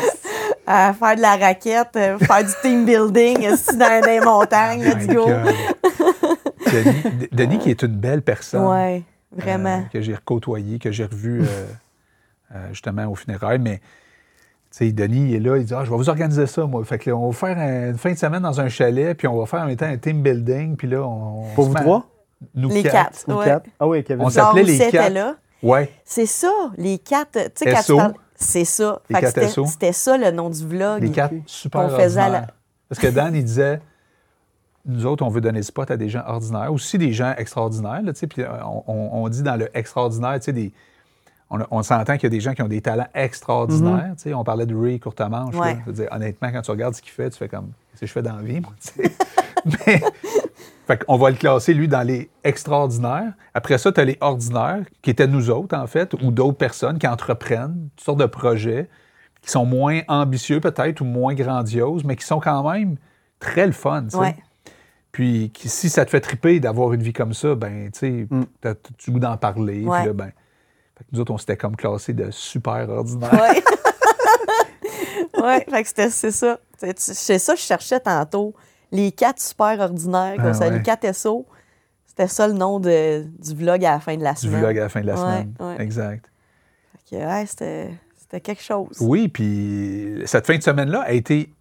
Speaker 2: à faire de la raquette, euh, faire du team building euh, si dans les montagnes. Let's
Speaker 1: Oh My
Speaker 2: go.
Speaker 1: God. Denis, Denis qui est une belle personne.
Speaker 2: Ouais.
Speaker 1: euh,
Speaker 2: Vraiment.
Speaker 1: que j'ai côtoyé, que j'ai revu euh, euh, justement au funérailles. Mais, tu sais, Denis, il est là, il dit Ah, je vais vous organiser ça, moi. Fait que là, on va faire un- une fin de semaine dans un chalet, puis on va faire en même temps un team building, puis là, on. on
Speaker 3: Pour
Speaker 1: se
Speaker 3: vous
Speaker 1: met à-
Speaker 3: trois
Speaker 1: Nous
Speaker 2: Les
Speaker 1: quatre.
Speaker 2: quatre.
Speaker 3: ou
Speaker 2: Ouais.
Speaker 3: quatre? Ah oui, Kevin.
Speaker 1: On
Speaker 3: Ça-
Speaker 1: s'appelait
Speaker 2: Genre,
Speaker 1: les
Speaker 2: Lucette
Speaker 1: quatre.
Speaker 2: est là.
Speaker 1: Ouais.
Speaker 2: C'est ça, les quatre. euh, Tu sais, quand
Speaker 1: SO.
Speaker 2: tu parles- C'est ça.
Speaker 1: Les
Speaker 2: Fait que
Speaker 1: quatre
Speaker 2: c'était-
Speaker 1: SO.
Speaker 2: C'était ça le nom du vlog.
Speaker 1: Les quatre super
Speaker 2: On faisait à la-
Speaker 1: ordinaires. Parce que Dan, il disait, nous autres, on veut donner le spot à des gens ordinaires, aussi des gens extraordinaires. Là, tu sais, puis euh, on, on- on dit dans le extraordinaire, tu sais, des- on, a- on s'entend qu'il y a des gens qui ont des talents extraordinaires. tu sais, On parlait de Ray Courtemanche. là.
Speaker 2: Mhm. Ouais.
Speaker 1: Je veux dire, honnêtement, quand tu regardes ce qu'il fait, tu fais comme, qu'est-ce que je fais dans la vie, moi? tu sais? Mais, fait qu'on va le classer, lui, dans les extraordinaires. Après ça, tu as les ordinaires, qui étaient nous autres, en fait, ou d'autres personnes qui entreprennent toutes sortes de projets. qui sont moins ambitieux peut-être ou moins grandioses, mais qui sont quand même très le fun. tu sais.
Speaker 2: Ouais.
Speaker 1: Puis qui- si ça te fait triper d'avoir une vie comme ça, ben tu sais,
Speaker 3: Mm.
Speaker 1: t'as t'as du goût d'en parler.
Speaker 2: Ouais.
Speaker 1: Puis là, ben, fait que nous autres, on s'était comme classés de super ordinaires.
Speaker 2: Ouais. ouais, fait que c'était c'est ça. C'est c'est ça que je cherchais tantôt. Les quatre super ordinaires, comme
Speaker 1: Ah
Speaker 2: ça, les
Speaker 1: ouais.
Speaker 2: quatre SO. C'était ça le nom de- du vlog à la fin de la
Speaker 1: du
Speaker 2: semaine.
Speaker 1: vlog à la fin de la
Speaker 2: Ouais,
Speaker 1: semaine.
Speaker 2: ouais.
Speaker 1: Exact.
Speaker 2: Fait que, ouais, c'était c'était quelque chose.
Speaker 1: Oui, puis cette fin de semaine-là a été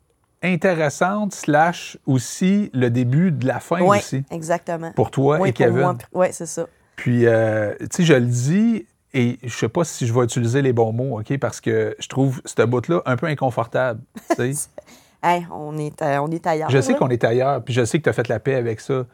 Speaker 1: intéressante, slash aussi le début de la fin
Speaker 2: Ouais,
Speaker 1: aussi.
Speaker 2: exactement.
Speaker 1: Pour toi
Speaker 2: Ouais,
Speaker 1: et Kevin.
Speaker 2: moi, ouais, c'est ça.
Speaker 1: Puis, euh, tu sais, je le dis, et je sais pas si je vais utiliser les bons mots, OK, parce que je trouve ce bout-là un peu inconfortable. tu sais.
Speaker 2: Hey, on est, à- on est ailleurs.
Speaker 1: je sais
Speaker 2: là.
Speaker 1: qu'on est ailleurs, puis je sais que tu as fait la paix avec ça,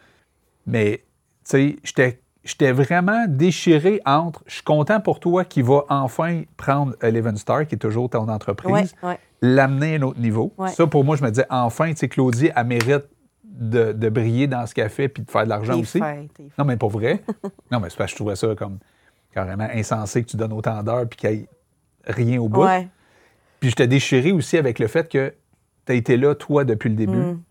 Speaker 1: mais, tu sais, j'étais- j'étais vraiment déchiré entre je suis content pour toi qui va enfin prendre Eleven Star, qui est toujours ton entreprise,
Speaker 2: Ouais, ouais.
Speaker 1: l'amener à un autre niveau.
Speaker 2: Ouais.
Speaker 1: Ça, pour moi, je me disais, enfin, tu sais, Claudie, elle mérite de, de briller dans ce qu'elle fait puis de faire de l'argent
Speaker 2: T'es
Speaker 1: aussi.
Speaker 2: fin, t'es fin.
Speaker 1: Non, mais pour vrai. non, mais c'est parce que je trouvais ça comme carrément insensé que tu donnes autant d'heures puis qu'il n'y ait rien au bout.
Speaker 2: Ouais,
Speaker 1: Puis je t'ai déchiré aussi avec le fait que tu as été là, toi, depuis le début.
Speaker 2: Mm.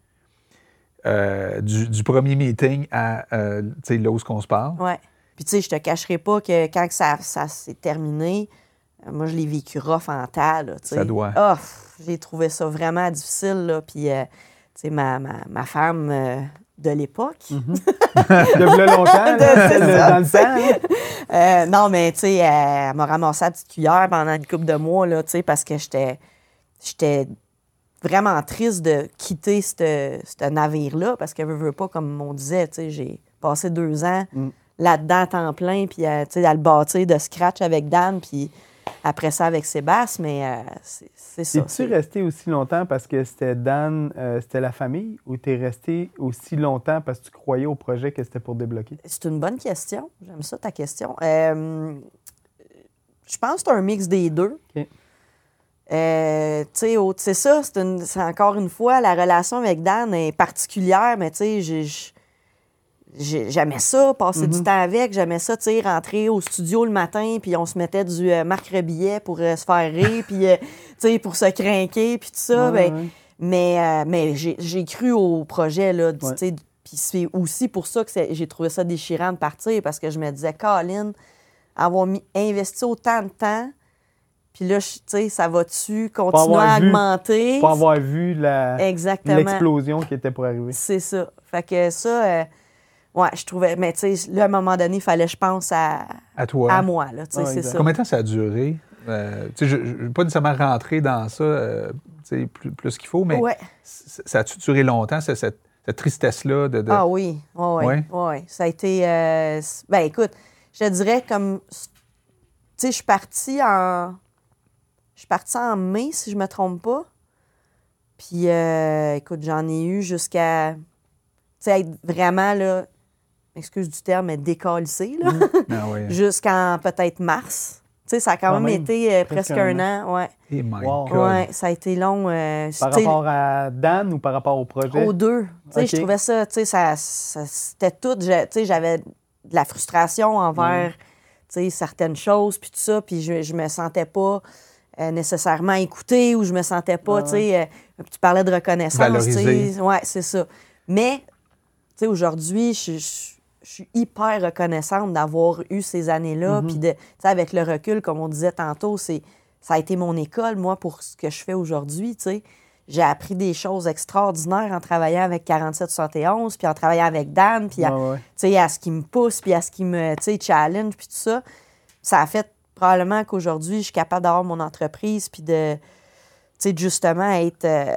Speaker 1: Euh, du, du premier meeting à euh, tu sais, là où on se parle.
Speaker 2: ouais. Puis tu sais, je te cacherai pas que quand que ça, ça s'est terminé, euh, moi, je l'ai vécu rough en tas, là, tu sais.
Speaker 1: Ça doit.
Speaker 2: Ah, pff, j'ai trouvé ça vraiment difficile, là. Puis, euh, tu sais, ma, ma, ma femme euh, de l'époque,
Speaker 3: Depuis là longtemps, là,
Speaker 2: C'est ça,
Speaker 3: dans le
Speaker 2: t'sais.
Speaker 3: temps. hein.
Speaker 2: Euh, non, mais tu sais, elle, elle m'a ramassé la petite cuillère pendant une couple de mois, là, tu sais, parce que j'étais, j'étais vraiment triste de quitter ce ce navire-là, parce que, veux, veux pas, comme on disait, tu sais, j'ai passé deux ans
Speaker 3: Mm.
Speaker 2: là-dedans à temps plein, puis à, tu sais, à le bâtir de scratch avec Dan, puis après ça avec Sébastien, mais euh, c'est, c'est ça.
Speaker 3: Es-tu
Speaker 2: c'est-
Speaker 3: resté aussi longtemps parce que c'était Dan, euh, c'était la famille, ou t'es resté aussi longtemps parce que tu croyais au projet que c'était pour débloquer?
Speaker 2: C'est une bonne question. J'aime ça, ta question. Euh, je pense que c'est un mix des deux.
Speaker 3: OK.
Speaker 2: Euh, tu sais, au- c'est ça, c'est une- c'est encore une fois, la relation avec Dan est particulière, mais tu sais, j'ai- j'ai- j'ai- j'aimais ça, passer
Speaker 3: Mhm.
Speaker 2: du temps avec, j'aimais ça, tu sais, rentrer au studio le matin, puis on se mettait du euh, Marc Rebillet pour euh, se faire rire, puis, euh, tu sais, pour se craquer, puis tout ça.
Speaker 3: Ouais,
Speaker 2: ben,
Speaker 3: ouais.
Speaker 2: mais, euh, mais j'ai j'ai cru au projet, là, du-
Speaker 3: Ouais.
Speaker 2: tu sais, puis c'est aussi pour ça que c'est- j'ai trouvé ça déchirant de partir, parce que je me disais, Colin, avoir mis, investi autant de temps, puis là, je- tu sais, ça va-tu continuer
Speaker 3: avoir
Speaker 2: à
Speaker 3: vu.
Speaker 2: augmenter?
Speaker 3: Pour avoir vu la-
Speaker 2: Exactement.
Speaker 3: l'explosion qui était pour arriver.
Speaker 2: C'est ça. Fait que ça, euh, ouais, je trouvais, mais tu sais, là, à un moment donné, il fallait, je pense, à,
Speaker 1: À toi.
Speaker 2: à moi, là, tu sais,
Speaker 3: Ouais,
Speaker 2: c'est
Speaker 3: exact.
Speaker 2: ça.
Speaker 1: Combien de temps ça a duré? Euh, tu sais, je ne vais pas nécessairement rentrer dans ça euh, tu sais, plus, plus qu'il faut, mais
Speaker 2: Ouais.
Speaker 1: c- ça a-tu duré longtemps, ce- cette, cette tristesse-là de, de-
Speaker 2: Ah oui, oui, oui.
Speaker 1: Ouais.
Speaker 2: Ça a été. euh, c- ben écoute, je te dirais comme. Tu sais, je suis partie en. Je suis partie en mai, si je me trompe pas. Puis, euh, écoute, j'en ai eu jusqu'à. Tu sais, être vraiment, là. Excuse du terme, mais décalissée, là.
Speaker 1: Ah ouais.
Speaker 2: Jusqu'en peut-être mars. Tu sais, ça a quand,
Speaker 3: Quand
Speaker 2: même,
Speaker 3: même,
Speaker 2: été euh, presque,
Speaker 3: presque
Speaker 2: un
Speaker 3: un
Speaker 2: an. Ouais.
Speaker 1: Eh my
Speaker 3: Wow.
Speaker 1: God.
Speaker 2: ouais, ça a été long. euh,
Speaker 3: Par
Speaker 2: tu sais,
Speaker 3: rapport à Dan ou par rapport au projet?
Speaker 2: aux deux. Tu sais, Je
Speaker 3: Ok.
Speaker 2: trouvais ça, tu sais, ça, ça- c'était tout. je- tu sais, J'avais de la frustration
Speaker 3: Mm.
Speaker 2: envers tu sais, certaines choses, puis tout ça, puis je, je me sentais pas euh, nécessairement écoutée ou je me sentais pas,
Speaker 3: Ouais,
Speaker 2: tu sais, euh, tu parlais de reconnaissance. tu sais.
Speaker 1: Valorisée.
Speaker 2: Ouais, c'est ça. Mais, tu sais, aujourd'hui, je je- je suis hyper reconnaissante d'avoir eu ces années-là,
Speaker 3: Mm-hmm.
Speaker 2: puis de, tu sais, avec le recul, comme on disait tantôt, c'est ça a été mon école, moi, pour ce que je fais aujourd'hui, tu sais. J'ai appris des choses extraordinaires en travaillant avec 4771, puis en travaillant avec Dan, puis à,
Speaker 3: Ouais, ouais.
Speaker 2: tu sais, à ce qui me pousse, puis à ce qui me tu sais, challenge, puis tout ça. Ça a fait probablement qu'aujourd'hui, je suis capable d'avoir mon entreprise, puis de, tu sais, de justement être. euh,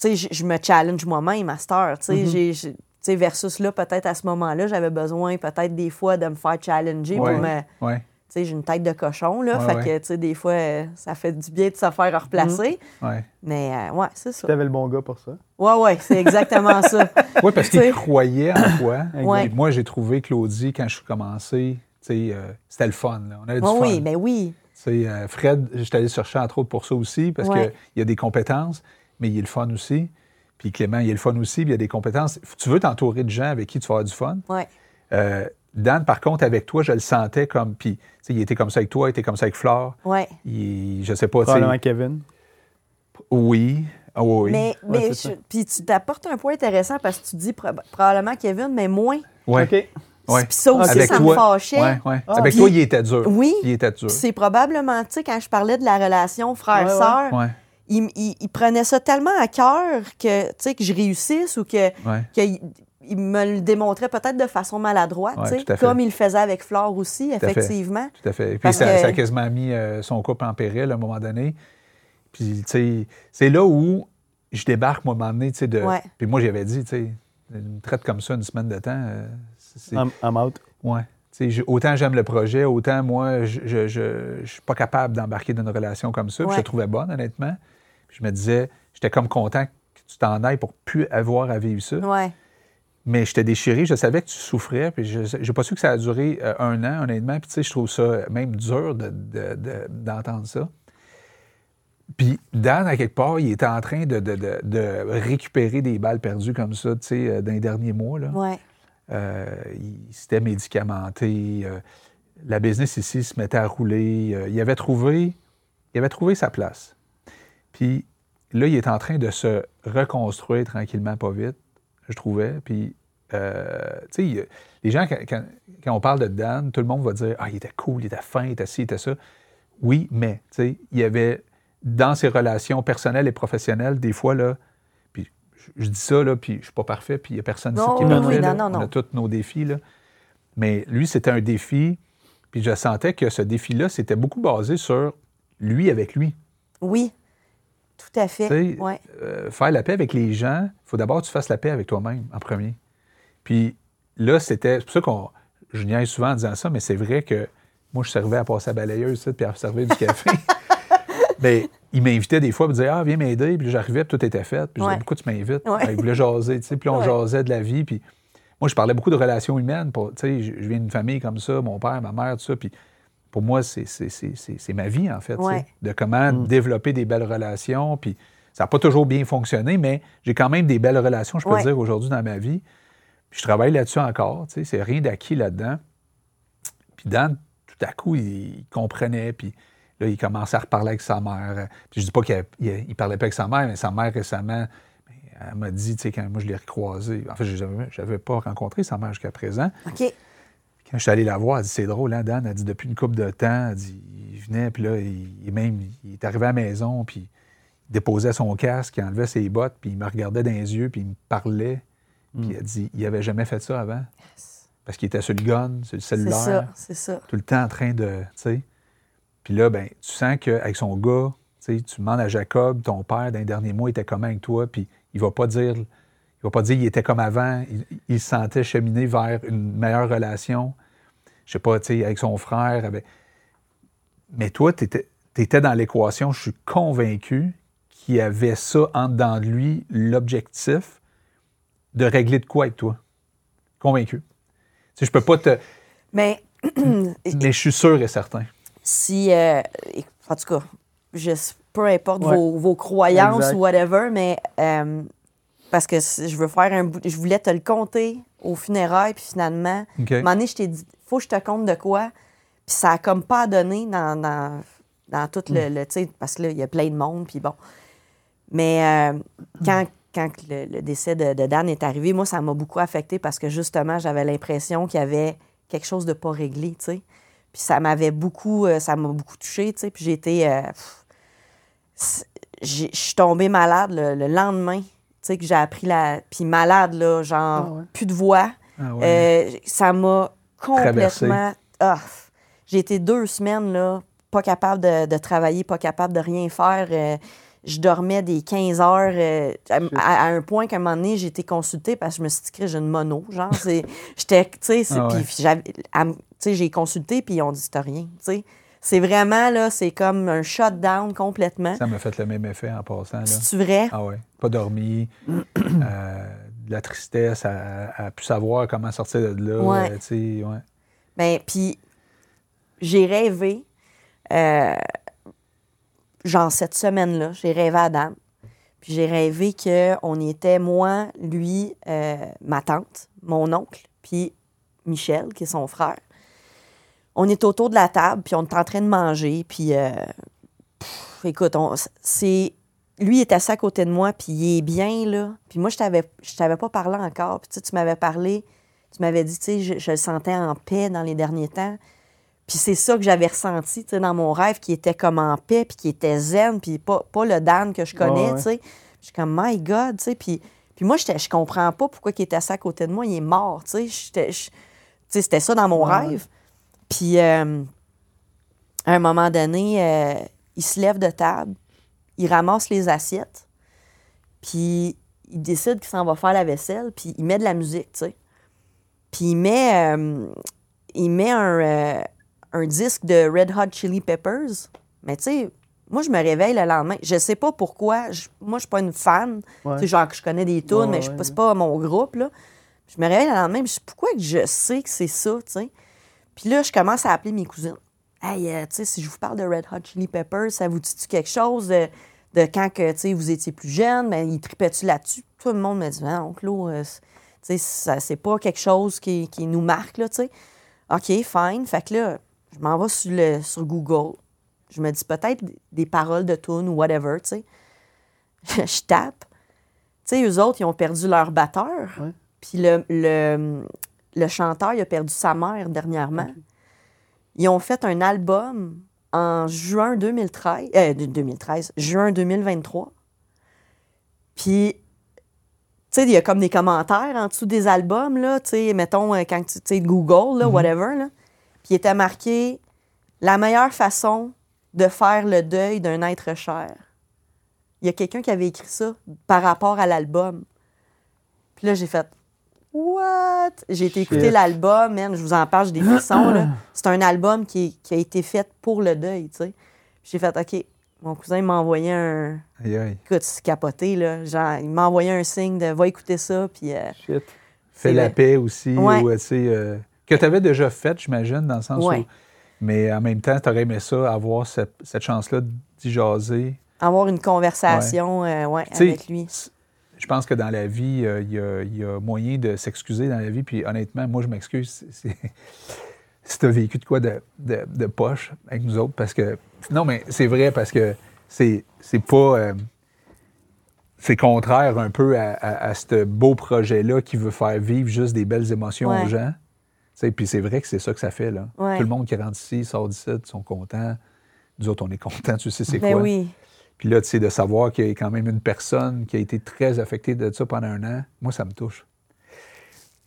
Speaker 2: tu sais, je- je me challenge moi-même à cette heure, tu sais. j'ai- j'ai- tu sais, versus là, peut-être à ce moment-là, j'avais besoin peut-être des fois de me faire challenger
Speaker 1: Ouais.
Speaker 2: pour me,
Speaker 1: Ouais.
Speaker 2: tu sais, j'ai une tête de cochon, là.
Speaker 1: Ouais,
Speaker 2: fait
Speaker 1: ouais.
Speaker 2: que, tu sais, des fois, euh, ça fait du bien de se faire replacer.
Speaker 1: Ouais.
Speaker 2: Mais, euh, ouais, c'est ça.
Speaker 3: T'avais le bon gars pour ça.
Speaker 2: Ouais, ouais, c'est exactement ça.
Speaker 1: Oui, parce
Speaker 2: Tu sais.
Speaker 1: qu'il croyait en toi.
Speaker 2: Ouais.
Speaker 1: Puis Moi, j'ai trouvé Claudie, quand je suis commencé, tu sais, euh, c'était le fun. là. On avait du
Speaker 2: Ouais,
Speaker 1: fun.
Speaker 2: oui, mais oui.
Speaker 1: Tu sais, euh, Fred, je suis allé le chercher entre autres pour ça aussi, parce
Speaker 2: Ouais.
Speaker 1: qu'il a des compétences, mais il est le fun aussi. Puis Clément, il est le fun aussi, puis il a des compétences. F- Tu veux t'entourer de gens avec qui tu vas avoir du fun.
Speaker 2: Ouais.
Speaker 1: Euh, Dan, par contre, avec toi, je le sentais comme. Puis, tu sais, il était comme ça avec toi, il était comme ça avec Flore.
Speaker 2: Ouais.
Speaker 1: Il, je sais pas, tu sais.
Speaker 3: Probablement Kevin.
Speaker 1: Oui. Ah oui.
Speaker 2: Mais,
Speaker 3: Ouais,
Speaker 2: mais
Speaker 3: c'est
Speaker 2: je-
Speaker 3: ça.
Speaker 2: puis tu t'apportes un point intéressant parce que tu dis prob- probablement Kevin, mais moins.
Speaker 1: Ouais,
Speaker 3: OK.
Speaker 1: ouais.
Speaker 2: Puis ça aussi,
Speaker 1: Avec
Speaker 2: ça
Speaker 1: toi.
Speaker 2: me fâchait.
Speaker 1: Ouais, ouais.
Speaker 3: Ah.
Speaker 1: Avec
Speaker 2: Puis-
Speaker 1: toi, il était dur.
Speaker 2: Oui.
Speaker 1: Il était dur.
Speaker 2: Puis C'est probablement, tu sais, quand je parlais de la relation frère-sœur,
Speaker 1: Ouais,
Speaker 2: il, il- il prenait ça tellement à cœur que, tu sais, que je réussisse ou que,
Speaker 1: ouais.
Speaker 2: que il- il me le démontrait peut-être de façon maladroite,
Speaker 1: Ouais,
Speaker 2: tu sais,
Speaker 1: tout à fait.
Speaker 2: comme il le faisait avec Flore aussi,
Speaker 1: fait.
Speaker 2: effectivement.
Speaker 1: Tout à fait. Puis
Speaker 2: Parce
Speaker 1: ça,
Speaker 2: que-
Speaker 1: ça a quasiment mis euh, son couple en péril à un moment donné. Puis, tu sais, c'est là où je débarque, moi, à un moment donné, tu sais, de...
Speaker 2: Ouais.
Speaker 1: Puis moi, j'avais dit, tu sais, une traite comme ça, une semaine de temps, euh, c'est- c'est...
Speaker 3: I'm, I'm out.
Speaker 1: Ouais. Tu sais, j'ai- autant j'aime le projet, autant moi, je je, je- je suis pas capable d'embarquer d'une relation comme ça. Puis Je
Speaker 2: Ouais.
Speaker 1: la trouvais bonne, honnêtement. Puis je me disais, j'étais comme content que tu t'en ailles pour plus avoir à vivre ça.
Speaker 2: Ouais.
Speaker 1: Mais j'étais déchiré, je savais que tu souffrais, puis je j'ai pas su que ça a duré euh, un an, honnêtement. Puis tu sais, je trouve ça même dur de- de- de- d'entendre ça. Puis Dan, à quelque part, il était en train de, de- de- de récupérer des balles perdues comme ça, tu sais, euh, dans les derniers mois. Là.
Speaker 2: Ouais.
Speaker 1: Euh, il s'était médicamenté. euh, la business ici se mettait à rouler. euh, il, avait trouvé, il avait trouvé sa place. Puis là, il est en train de se reconstruire tranquillement, pas vite, je trouvais. Puis, euh, tu sais, il- les gens, quand, quand- quand on parle de Dan, tout le monde va dire Ah, il était cool, il était fin, il était ci, il était ça. Oui, mais, tu sais, il y avait, dans ses relations personnelles et professionnelles, des fois, là, puis je, je dis ça, là, puis je suis pas parfait, puis il n'y a personne ici
Speaker 2: Non,
Speaker 1: qui est
Speaker 2: oui,
Speaker 1: parfait.
Speaker 2: oui,
Speaker 1: là.
Speaker 2: non, non,
Speaker 1: On a
Speaker 2: non.
Speaker 1: tous nos défis, là. Mais lui, c'était un défi, puis je sentais que ce défi-là, c'était beaucoup basé sur lui avec lui.
Speaker 2: Oui. Tout à fait.
Speaker 1: Tu sais,
Speaker 2: Ouais.
Speaker 1: euh, faire la paix avec les gens, il faut d'abord que tu fasses la paix avec toi-même en premier. Puis là, c'était. C'est pour ça qu'on. Je niaise souvent en disant ça, mais c'est vrai que moi, je servais à passer à balayeuse, ça, puis à servir du café. mais il m'invitait des fois, il me disait Ah, viens m'aider. Puis là, j'arrivais, puis tout était fait. Puis je
Speaker 2: Ouais.
Speaker 1: disais Pourquoi tu m'invites
Speaker 2: Ouais.
Speaker 1: Ben, Il voulait jaser, tu sais. Puis là, on
Speaker 2: Ouais.
Speaker 1: jasait de la vie. Puis moi, je parlais beaucoup de relations humaines. Pour, tu sais, je je viens d'une famille comme ça, mon père, ma mère, tout ça. Puis pour moi, c'est- c'est c'est- c'est- c'est ma vie, en fait, tu sais,
Speaker 2: Ouais. Mm.
Speaker 1: de comment développer des belles relations. Puis ça n'a pas toujours bien fonctionné, mais j'ai quand même des belles relations, je peux
Speaker 2: Ouais.
Speaker 1: dire, aujourd'hui dans ma vie. Puis je travaille là-dessus encore, tu sais, c'est rien d'acquis là-dedans. Puis Dan, tout à coup, il, il comprenait, puis là, il commençait à reparler avec sa mère. Puis je dis pas qu'il avait- il, il parlait pas avec sa mère, mais sa mère récemment, ben, elle m'a dit, tu sais, quand moi je l'ai recroisée, en fait, je n'avais pas rencontré sa mère jusqu'à présent,
Speaker 2: OK.
Speaker 1: quand je suis allé la voir, elle dit C'est drôle, hein, Dan Elle dit Depuis une couple de temps, elle dit, il venait, puis là, il, il- même, il est arrivé à la maison, puis il déposait son casque, il enlevait ses bottes, puis il me regardait dans les yeux, puis il me parlait.
Speaker 2: Hmm.
Speaker 1: Puis elle dit Il avait jamais fait ça avant. Parce qu'il était sur le gun, sur le
Speaker 2: C'est
Speaker 1: cellulaire
Speaker 2: ça. C'est ça.
Speaker 1: tout le temps en train de. tu sais. Puis là, ben, tu sens qu'avec son gars, tu sais, tu demandes à Jacob, ton père, dans les derniers mois, il était comment avec toi, puis il va pas dire. Il va pas dire il était comme avant, il, il se sentait cheminer vers une meilleure relation. Je sais pas, tu sais, avec son frère. Avec... Mais toi, tu étais, dans l'équation, je suis convaincu qu'il y avait ça en dedans de lui, l'objectif de régler de quoi avec toi. Convaincu. Tu sais, je peux pas te.
Speaker 2: Mais
Speaker 1: Mais je suis sûr et certain.
Speaker 2: si, euh, éc- en tout cas, je, s- peu importe
Speaker 3: Ouais.
Speaker 2: vos, vos croyances
Speaker 3: Exact.
Speaker 2: ou whatever, mais euh, parce que si- je veux faire un bout, je voulais te le compter au funérailles, puis finalement,
Speaker 1: OK.
Speaker 2: à un moment donné, je t'ai dit, faut que je te compte de quoi, puis ça a comme pas donné dans, dans, dans tout le, le- tu sais, parce que là, il y a plein de monde, puis bon. Mais euh, quand, quand le, le décès de, de Dan est arrivé, moi, ça m'a beaucoup affecté parce que justement, j'avais l'impression qu'il y avait quelque chose de pas réglé, tu sais. Puis ça m'avait beaucoup, euh, ça m'a beaucoup touché, tu sais. Puis j'ai été, euh, pff, c'est- j'ai- je suis tombée malade le, le lendemain, tu sais, que j'ai appris la, puis malade là, genre
Speaker 3: Ah ouais.
Speaker 2: plus de voix.
Speaker 1: Ah ouais.
Speaker 2: Euh, ça m'a
Speaker 1: Traversé.
Speaker 2: complètement. Ah, j'ai été deux semaines là, pas capable de, de travailler, pas capable de rien faire. Euh, je dormais des 15 heures euh, à, à- à un point qu'à un moment donné, j'ai été consultée parce que je me suis dit que j'ai une mono. Genre, c'est- j'étais, tu sais, c'est-
Speaker 1: Ah ouais.
Speaker 2: puis j'avais- à me- tu sais, j'ai consulté puis ils ont dit t'as rien, tu sais. C'est vraiment là, c'est comme un shutdown complètement.
Speaker 1: Ça m'a fait le même effet en passant. Là.
Speaker 2: C'est-tu vrai?
Speaker 1: Ah ouais. Pas dormi, euh, de la tristesse, à, à plus savoir comment sortir de là.
Speaker 2: Ouais.
Speaker 1: euh, tu sais, ouais.
Speaker 2: Ben, puis j'ai rêvé, euh, genre cette semaine-là, j'ai rêvé à Adam. Puis j'ai rêvé qu'on était moi, lui, euh, ma tante, mon oncle, puis Michel, qui est son frère. On est autour de la table, puis on est en train de manger, puis euh, pff, écoute, on- c'est lui il est assis à côté de moi, puis il est bien, là. Puis moi, je t'avais, je t'avais pas parlé encore. Puis tu sais, tu m'avais parlé, tu m'avais dit, tu sais, je, je le sentais en paix dans les derniers temps. Puis c'est ça que j'avais ressenti, tu sais, dans mon rêve, qui était comme en paix, puis qui était zen, puis pas, pas le Dan que je connais,
Speaker 3: Ouais, ouais.
Speaker 2: tu sais. Je suis comme, my God, tu sais. Puis, puis moi, j'étais- je comprends pas pourquoi il est assis à côté de moi, il est mort, tu sais. J'étais- je- Tu sais, c'était ça dans mon
Speaker 3: Ouais.
Speaker 2: rêve. Puis euh, à un moment donné, euh, il se lève de table, il ramasse les assiettes, puis il décide qu'il s'en va faire la vaisselle, puis il met de la musique, tu sais. Puis il met, euh, il met un, euh, un disque de Red Hot Chili Peppers. Mais tu sais, moi, je me réveille le lendemain. Je sais pas pourquoi. Je- moi, je suis pas une fan.
Speaker 3: Ouais.
Speaker 2: Tu sais, genre que je connais des tunes,
Speaker 3: Ouais,
Speaker 2: mais
Speaker 3: ouais,
Speaker 2: je
Speaker 3: ouais.
Speaker 2: passe pas mon groupe, là. Je me réveille le lendemain, puis je dis, pourquoi que je sais que c'est ça, tu sais? Puis là, je commence à appeler mes cousines. Hey, euh, tu sais, si je vous parle de Red Hot Chili Peppers, ça vous dit-tu quelque chose de, de quand que, tu sais, vous étiez plus jeune? Mais ils tripaient-tu là-dessus? Tout le monde me dit, non, Claude, euh, c'est- tu sais, ça- c'est pas quelque chose qui, qui nous marque, là, tu sais. OK, fine. Fait que là, je m'en vais sur, le, sur Google. Je me dis peut-être des paroles de tunes ou whatever, tu sais. je tape. Tu sais, eux autres, ils ont perdu leur batteur.
Speaker 3: Ouais.
Speaker 2: Puis le, le, le chanteur, il a perdu sa mère dernièrement. Ils ont fait un album en juin 2013, euh, 2013, juin 2023. Puis tu sais, il y a comme des commentaires en dessous des albums, là, tu sais, mettons, euh, quand tu, tu sais, Google, là, whatever, là. Puis il était marqué « La meilleure façon de faire le deuil d'un être cher ». Il y a quelqu'un qui avait écrit ça par rapport à l'album. Puis là, j'ai fait « What? » J'ai été écouter
Speaker 3: Shit.
Speaker 2: l'album, man, je vous en parle, j'ai des frissons, là. C'est un album qui, est- qui a été fait pour le deuil, tu sais. J'ai fait « OK, mon cousin m'a envoyé un... »
Speaker 1: Aïe, aïe.
Speaker 2: Écoute, c'est capoté, là. Genre, il m'a envoyé un signe de va écouter ça, puis. euh,
Speaker 3: Shit.
Speaker 1: Fais
Speaker 2: C'est
Speaker 1: la
Speaker 2: vrai.
Speaker 1: paix aussi,
Speaker 2: Ouais.
Speaker 1: ou, euh, tu sais, euh, que tu avais déjà faite, j'imagine, dans le sens
Speaker 2: Ouais.
Speaker 1: où. Mais en même temps, tu aurais aimé ça, avoir cette, cette chance-là d'y jaser.
Speaker 2: avoir une conversation euh, ouais,
Speaker 1: Tu sais,
Speaker 2: avec lui.
Speaker 1: c- Je pense que dans la vie, euh, il y a- il y, a moyen de s'excuser dans la vie. Puis honnêtement, moi, je m'excuse si- si, si tu as vécu de quoi de, de- de poche avec nous autres. Parce que. Non, mais c'est vrai, parce que c'est c'est pas. euh, c'est contraire un peu à, à- à ce beau projet-là qui veut faire vivre juste des belles émotions aux
Speaker 2: Ouais.
Speaker 1: gens. Tu sais, Puis c'est vrai que c'est ça que ça fait. Là.
Speaker 2: Ouais.
Speaker 1: Tout le monde qui rentre ici, sort d'ici, ils sont contents. Nous autres, on est contents, tu sais c'est
Speaker 2: Ben
Speaker 1: quoi.
Speaker 2: oui.
Speaker 1: Puis là, tu sais, de savoir qu'il y a quand même une personne qui a été très affectée de ça pendant un an, moi, ça me touche.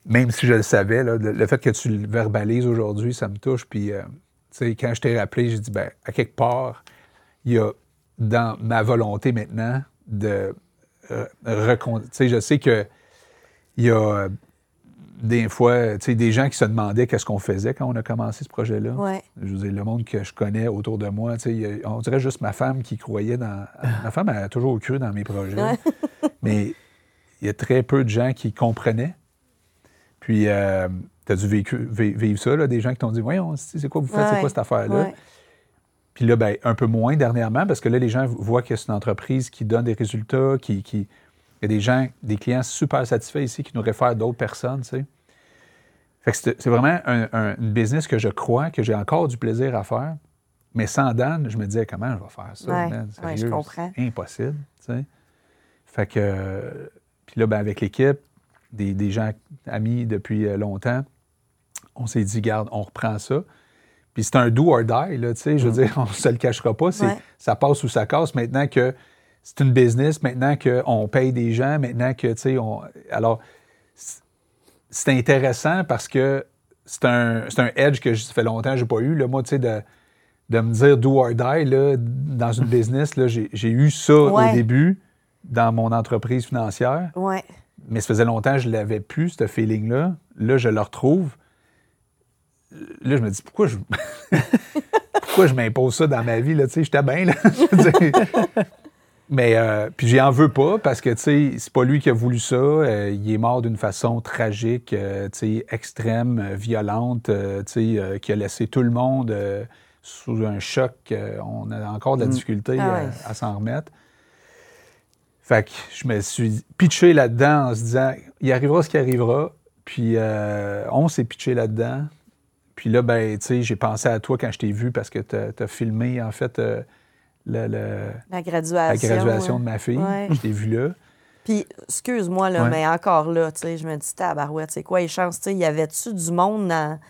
Speaker 1: Même si je le savais, là, le, le fait que tu le verbalises aujourd'hui, ça me touche. Puis, euh, tu sais, quand je t'ai rappelé, j'ai dit, ben, à quelque part, il y a dans ma volonté maintenant de euh, recon- Tu sais, je sais que il y a euh, des fois, tu sais, des gens qui se demandaient qu'est-ce qu'on faisait quand on a commencé ce projet-là.
Speaker 2: Ouais.
Speaker 1: Je veux dire, le monde que je connais autour de moi, tu sais, il y a- on dirait juste ma femme qui croyait dans. Ma femme elle a toujours cru dans mes projets.
Speaker 2: Ouais.
Speaker 1: mais il y a très peu de gens qui comprenaient. Puis, tu as dû vécu- vi- vivre ça, là, des gens qui t'ont dit Voyons, c'est c'est quoi vous faites, c'est
Speaker 2: Ouais.
Speaker 1: quoi cette affaire-là
Speaker 2: Ouais.
Speaker 1: Puis là, ben, un peu moins dernièrement, parce que là, les gens voient que c'est une entreprise qui donne des résultats, qui. qui- Il y a des gens, des clients super satisfaits ici qui nous réfèrent d'autres personnes, tu sais. Fait que c'est c'est vraiment un, un- une business que je crois, que j'ai encore du plaisir à faire. Mais sans Dan, je me disais, comment je vais faire ça?
Speaker 2: Ouais,
Speaker 1: man?
Speaker 2: ouais, je
Speaker 1: Sérieux,
Speaker 2: comprends.
Speaker 1: c'est impossible, tu sais. Fait que. euh, Puis là, ben, avec l'équipe, des, des gens amis depuis euh, longtemps, on s'est dit, garde, on reprend ça. Puis c'est un do or die, là, tu sais. Je veux dire, on se le cachera pas. c'est-
Speaker 2: Mm. Ouais.
Speaker 1: Ça passe ou ça casse maintenant que c'est une business, maintenant qu'on paye des gens, maintenant que, tu sais, on. Alors, c'est- c'est intéressant parce que c'est un, c'est un edge que je- ça fait longtemps que je n'ai pas eu. Là, moi, tu sais, de, de me dire do or die, là, dans une business, là, j'ai j'ai eu ça au
Speaker 2: Ouais.
Speaker 1: début dans mon entreprise financière
Speaker 2: Ouais.
Speaker 1: mais ça faisait longtemps que je l'avais plus, ce feeling-là. Là, je le retrouve. Là, je me dis, pourquoi je, pourquoi je m'impose ça dans ma vie? Là, tu sais, j'étais bien, là. Je veux dire. mais, euh, puis j'y en veux pas parce que, tu sais, c'est pas lui qui a voulu ça. Euh, il est mort d'une façon tragique, euh, tu sais, extrême, euh, violente, euh, tu sais, euh, qui a laissé tout le monde euh, sous un choc. Euh, on a encore de la difficulté
Speaker 2: Ah
Speaker 1: euh,
Speaker 2: ouais.
Speaker 1: à s'en remettre. Fait que je me suis pitché là-dedans en se disant, il arrivera ce qui arrivera, Puis euh, on s'est pitché là-dedans. Puis là, ben, tu sais, j'ai pensé à toi quand je t'ai vu parce que tu as filmé, en fait, euh, le- le-
Speaker 2: La
Speaker 1: la
Speaker 2: graduation.
Speaker 1: graduation
Speaker 2: hein.
Speaker 1: de ma fille.
Speaker 2: Ouais.
Speaker 1: Je t'ai vu là.
Speaker 2: Puis, excuse-moi, là,
Speaker 1: Ouais.
Speaker 2: mais encore là, tu sais, je me dis, tabarouette, c'est quoi les chances? Tu sais, y avait-tu du monde dans. Tu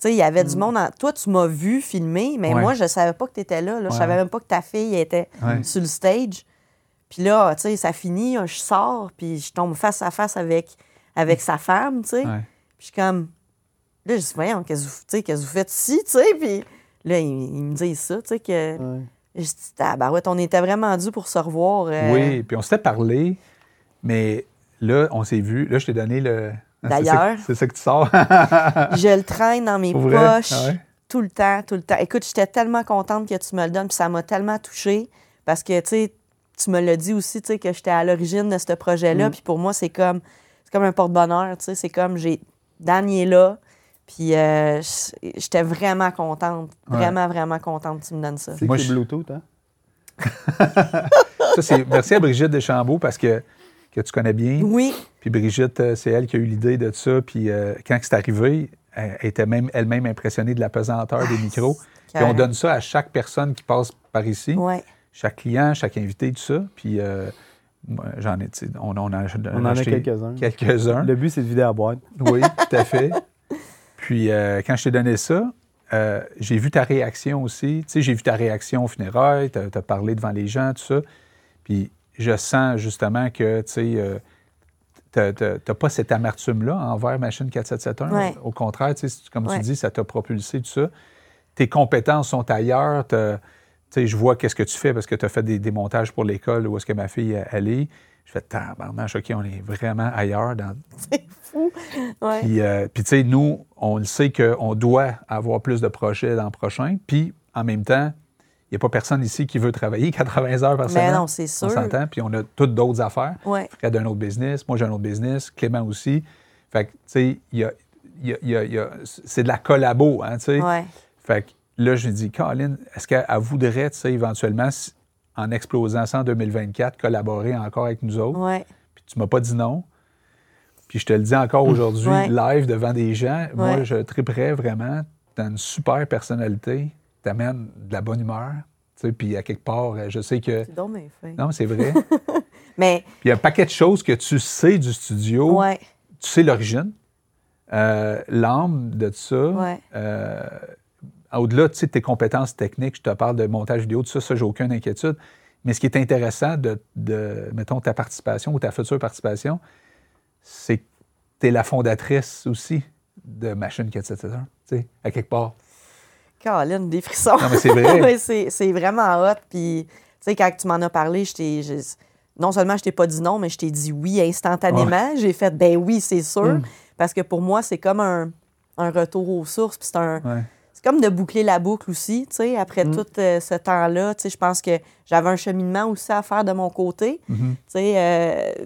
Speaker 2: sais, il y avait du monde en. Toi, tu m'as vu filmer, mais
Speaker 1: Hmm. Ouais.
Speaker 2: moi, je savais pas que tu étais là. là. Je
Speaker 1: Ouais.
Speaker 2: savais même pas que ta fille était
Speaker 1: Ouais.
Speaker 2: sur le stage. Puis là, tu sais, ça finit, je sors, puis je tombe face à face avec, avec sa femme, tu sais.
Speaker 1: Ouais.
Speaker 2: Puis je suis comme. Là, je dis, voyons, qu'est-ce que vous- tu sais, qu'est-ce que vous faites ici, tu sais? Puis là, ils, ils me disent ça, tu sais, que.
Speaker 3: Ouais.
Speaker 2: Je dis, tabarouette, on était vraiment dû pour se revoir. euh,
Speaker 1: Oui, puis on s'était parlé, mais là, on s'est vu. Là, je t'ai donné le. Ah, c'est ça que-
Speaker 2: D'ailleurs.
Speaker 1: C'est ça que tu sors. hein,
Speaker 2: Je le traîne dans mes
Speaker 1: Ah, Pour vrai?
Speaker 2: poches
Speaker 1: Ah ouais?
Speaker 2: tout le temps, tout le temps. Écoute, j'étais tellement contente que tu me le donnes, puis ça m'a tellement touchée parce que, tu sais, tu me l'as dit aussi, tu sais, que j'étais à l'origine de ce
Speaker 1: Mm.
Speaker 2: projet-là, puis pour moi, c'est comme, c'est comme un porte-bonheur, tu sais, c'est comme, j'ai, Dan il est là, puis euh, j- j'étais vraiment contente,
Speaker 1: Ouais.
Speaker 2: vraiment, vraiment contente que tu me donnes ça.
Speaker 3: C'est
Speaker 1: Moi,
Speaker 3: que c'est
Speaker 1: je-
Speaker 3: Bluetooth, hein?
Speaker 1: Ça, c'est merci à Brigitte Deschambault parce que, que tu connais bien.
Speaker 2: Oui,
Speaker 1: Puis Brigitte, euh, c'est elle qui a eu l'idée de ça. Puis euh, quand c'est arrivé, elle elle était même elle-même impressionnée de la pesanteur
Speaker 2: Ah,
Speaker 1: des micros. Puis on
Speaker 2: carré.
Speaker 1: donne ça à chaque personne qui passe par ici,
Speaker 2: ouais.
Speaker 1: chaque client, chaque invité, tout ça. Puis euh, moi, j'en ai, tu sais, on, on, a,
Speaker 3: On en a
Speaker 1: Euh,
Speaker 3: quelques-uns.
Speaker 1: Quelques-uns.
Speaker 3: Le but, c'est de vider la boîte.
Speaker 1: Oui, tout à fait. Puis euh, quand je t'ai donné ça, euh, j'ai vu ta réaction aussi. Tu sais, j'ai vu ta réaction au funérail, t'as as parlé devant les gens, tout ça. Puis je sens justement que, tu sais, euh, t'as- t'as t'as pas cette amertume-là envers Machine 4771.
Speaker 2: Ouais.
Speaker 1: Au contraire, tu sais, comme
Speaker 2: Ouais.
Speaker 1: tu dis, ça t'a propulsé, tout ça. Tes compétences sont ailleurs. t'as- Tu sais, je vois qu'est-ce que tu fais parce que tu as fait des, des montages pour l'école où est-ce que ma fille elle, elle est. Je fais, tabarnache, OK, on est vraiment ailleurs dans,
Speaker 2: ouais.
Speaker 1: puis, euh, puis, tu sais, nous, on le sait qu'on doit avoir plus de projets l'an prochain. Puis, en même temps, il n'y a pas personne ici qui veut travailler 80 heures par
Speaker 2: Mais
Speaker 1: semaine.
Speaker 2: Ben non, c'est sûr.
Speaker 1: On s'entend. Puis, on a toutes d'autres affaires.
Speaker 2: Ouais.
Speaker 1: Fred a un autre business. Moi, j'ai un autre business. Clément aussi. Fait que, tu sais, il y a- il y a- il y a- il y a- c'est de la collabo, hein, tu sais.
Speaker 2: Ouais.
Speaker 1: Fait que là, j'ai dit, Colin, est-ce qu'elle elle voudrait, tu sais, éventuellement, si- en explosant ça en 2024, collaborer encore avec nous autres?
Speaker 2: Ouais.
Speaker 1: puis tu m'as pas dit non. Puis je te le dis encore aujourd'hui,
Speaker 2: Mmh. Ouais.
Speaker 1: live devant des gens, moi,
Speaker 2: Ouais.
Speaker 1: je triperais vraiment. T'as une super personnalité, t'amènes de la bonne humeur, tu sais, puis à quelque part, euh, je sais que...
Speaker 2: C'est donc bien fait.
Speaker 1: Non, mais c'est vrai.
Speaker 2: Mais,
Speaker 1: puis il y a un paquet de choses que tu sais du studio,
Speaker 2: ouais.
Speaker 1: tu sais l'origine, euh, l'âme de ça.
Speaker 2: Ouais.
Speaker 1: Euh, au-delà tu sais, de tes compétences techniques, je te parle de montage vidéo, tout ça, ça, j'ai aucune inquiétude. Mais ce qui est intéressant de, de, mettons, ta participation ou ta future participation, c'est que tu es la fondatrice aussi de Machine 471, tu sais, à quelque part.
Speaker 2: Caroline, des frissons.
Speaker 1: Non, mais c'est vrai.
Speaker 2: Ouais, c'est, c'est vraiment hot. Puis, tu sais, quand tu m'en as parlé, je t'ai- je- non seulement je t'ai pas dit non, mais je t'ai dit oui instantanément. J'ai fait, ben oui, c'est sûr.
Speaker 1: Mm.
Speaker 2: Parce que pour moi, c'est comme un, un retour aux sources. Puis c'est un.
Speaker 1: Ouais.
Speaker 2: C'est comme de boucler la boucle aussi, tu sais,
Speaker 1: Mm.
Speaker 2: après tout euh, ce temps-là, tu sais, je pense que j'avais un cheminement aussi à faire de mon côté,
Speaker 1: Mhm.
Speaker 2: tu sais, euh,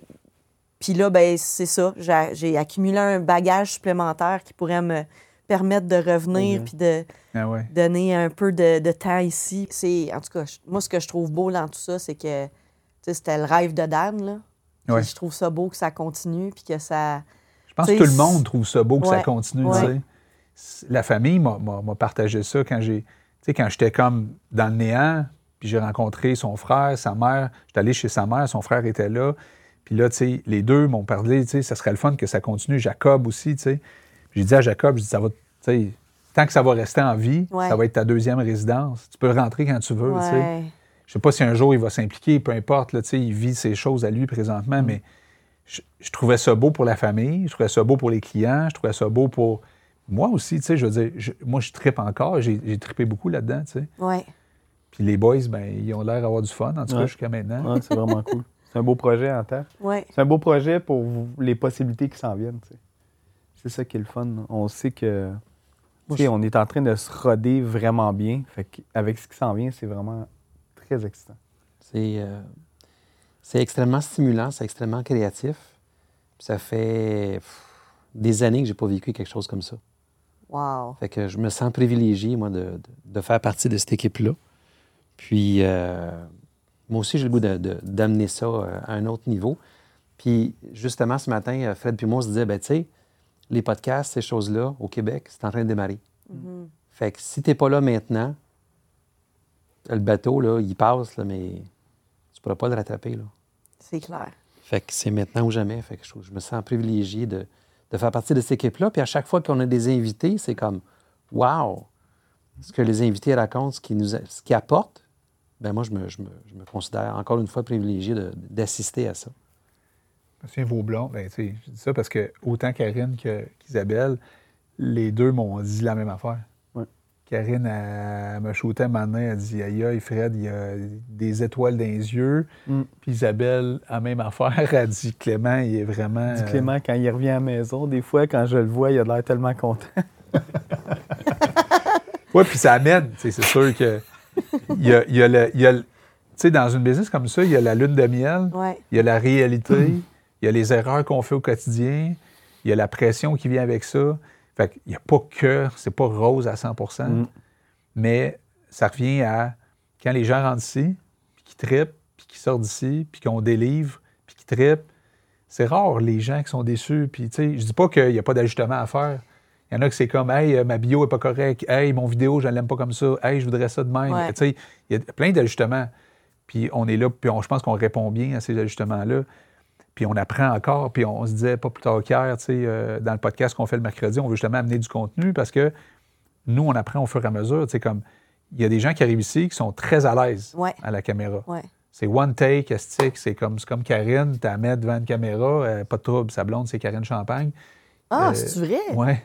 Speaker 2: puis là, ben c'est ça, j'ai, j'ai accumulé un bagage supplémentaire qui pourrait me permettre de revenir
Speaker 3: Mhm.
Speaker 2: puis de,
Speaker 1: Ah ouais.
Speaker 2: donner un peu de, de temps ici. C'est, en tout cas, je- moi, ce que je trouve beau dans tout ça, c'est que tu sais, c'était le rêve de Dan. Là. Puis
Speaker 1: Ouais.
Speaker 2: Je trouve ça beau que ça continue puis que ça.
Speaker 1: Je pense
Speaker 2: Tu
Speaker 1: que
Speaker 2: sais,
Speaker 1: tout le monde trouve ça beau que ça
Speaker 2: ouais,
Speaker 1: continue.
Speaker 2: ouais.
Speaker 1: tu sais. C'est- La famille m'a- m'a m'a partagé ça quand j'ai, tu sais, quand j'étais comme dans le néant, puis j'ai rencontré son frère, sa mère. J'étais allé chez sa mère, son frère était là. Puis là, tu sais, les deux m'ont parlé, tu sais, ça serait le fun que ça continue. Jacob aussi, tu sais. J'ai dit à Jacob, je dis, ça va, tu sais, tant que ça va rester en vie,
Speaker 2: Ouais.
Speaker 1: ça va être ta deuxième résidence. Tu peux rentrer quand tu veux, tu sais.
Speaker 2: Ouais.
Speaker 1: Je sais pas si un jour il va s'impliquer, peu importe, là, tu sais, il vit ses choses à lui
Speaker 3: Mm.
Speaker 1: présentement, mais je, je trouvais ça beau pour la famille, je trouvais ça beau pour les clients, je trouvais ça beau pour moi aussi, tu sais, je veux dire, je- moi je tripe encore, j'ai j'ai trippé beaucoup là-dedans, tu sais.
Speaker 2: Ouais.
Speaker 1: Puis les boys, ben, ils ont l'air d'avoir du fun, en tout cas
Speaker 3: Ouais.
Speaker 1: jusqu'à maintenant.
Speaker 3: Ouais, c'est vraiment cool. C'est un beau projet en tête.
Speaker 2: Ouais.
Speaker 3: C'est un beau projet pour vous- les possibilités qui s'en viennent. tu sais. C'est ça qui est le fun. On sait que. tu sais, on est en train de se roder vraiment bien. Fait avec ce qui s'en vient, c'est vraiment très excitant.
Speaker 4: C'est euh, c'est extrêmement stimulant, c'est extrêmement créatif. Puis ça fait pff, des années que j'ai pas vécu quelque chose comme ça.
Speaker 2: Wow.
Speaker 4: Fait que je me sens privilégié, moi, de, de- de faire partie de cette équipe-là. Puis, euh, moi aussi, j'ai le goût de- de- d'amener ça euh, à un autre niveau. Puis, justement, ce matin, euh, Fred puis moi, on se disait, ben tu sais, les podcasts, ces choses-là, au Québec, c'est en train de démarrer. Fait que si t'es pas là maintenant, le bateau, là, il passe, là, mais tu pourras pas le rattraper. Là.
Speaker 2: C'est clair.
Speaker 4: Fait que c'est maintenant ou jamais. Fait que je, je me sens privilégié de, de faire partie de cette équipe-là. Puis à chaque fois qu'on a des invités, c'est comme Wow! Ce que les invités racontent, ce qu'ils nous a- ce qu'ils apportent, ben moi, je me, je, me, je me considère encore une fois privilégié de- d'assister à ça.
Speaker 1: Monsieur Vaublon, ben, tu sais, je dis ça parce que autant Karine que- qu'Isabelle, les deux m'ont dit la même affaire.
Speaker 3: Ouais.
Speaker 1: Karine, elle, elle me shootait maintenant, elle dit Aïe, aïe, Fred, il y a des étoiles dans les yeux.
Speaker 3: Mm.
Speaker 1: Puis Isabelle, la même affaire, elle dit Clément, il est vraiment.
Speaker 3: Du
Speaker 1: euh,
Speaker 3: Clément, quand il revient à la maison, des fois, quand je le vois, il a l'air tellement content.
Speaker 1: Oui, euh, puis ça amène. tu sais, C'est sûr que. Il y a, il y a le. il y a le- Tu sais, dans une business comme ça, il y a la lune de miel,
Speaker 2: Ouais.
Speaker 1: il y a la réalité, il y a les erreurs qu'on fait au quotidien, il y a la pression qui vient avec ça. Fait qu'il n'y a pas que. C'est pas rose à 100
Speaker 3: Mm.
Speaker 1: mais ça revient à quand les gens rentrent ici, puis qu'ils trippent, puis qu'ils sortent d'ici, puis qu'on délivre, puis qu'ils trippent. C'est rare les gens qui sont déçus. Puis, tu sais, je dis pas qu'il n'y a pas d'ajustement à faire. Il y en a que c'est comme, hey, euh, ma bio est pas correcte. Hey, mon vidéo, je ne l'aime pas comme ça. Hey, je voudrais ça de même.
Speaker 2: Ouais.
Speaker 1: Tu sais, il y a plein d'ajustements. Puis on est là, puis on, je pense qu'on répond bien à ces ajustements-là. Puis on apprend encore, puis on se disait pas plus tard qu'hier, tu sais, euh, dans le podcast qu'on fait le mercredi, on veut justement amener du contenu parce que nous, on apprend au fur et à mesure. Tu sais, comme, il y a des gens qui arrivent ici qui sont très à l'aise
Speaker 2: Ouais.
Speaker 1: à la caméra.
Speaker 2: Ouais.
Speaker 1: C'est one take, stick, c'est comme, c'est comme Karine, t'as mets devant une caméra, euh, pas de trouble, sa blonde, c'est Karine Champagne.
Speaker 2: Ah,
Speaker 1: Euh,
Speaker 2: c'est vrai?
Speaker 1: Ouais.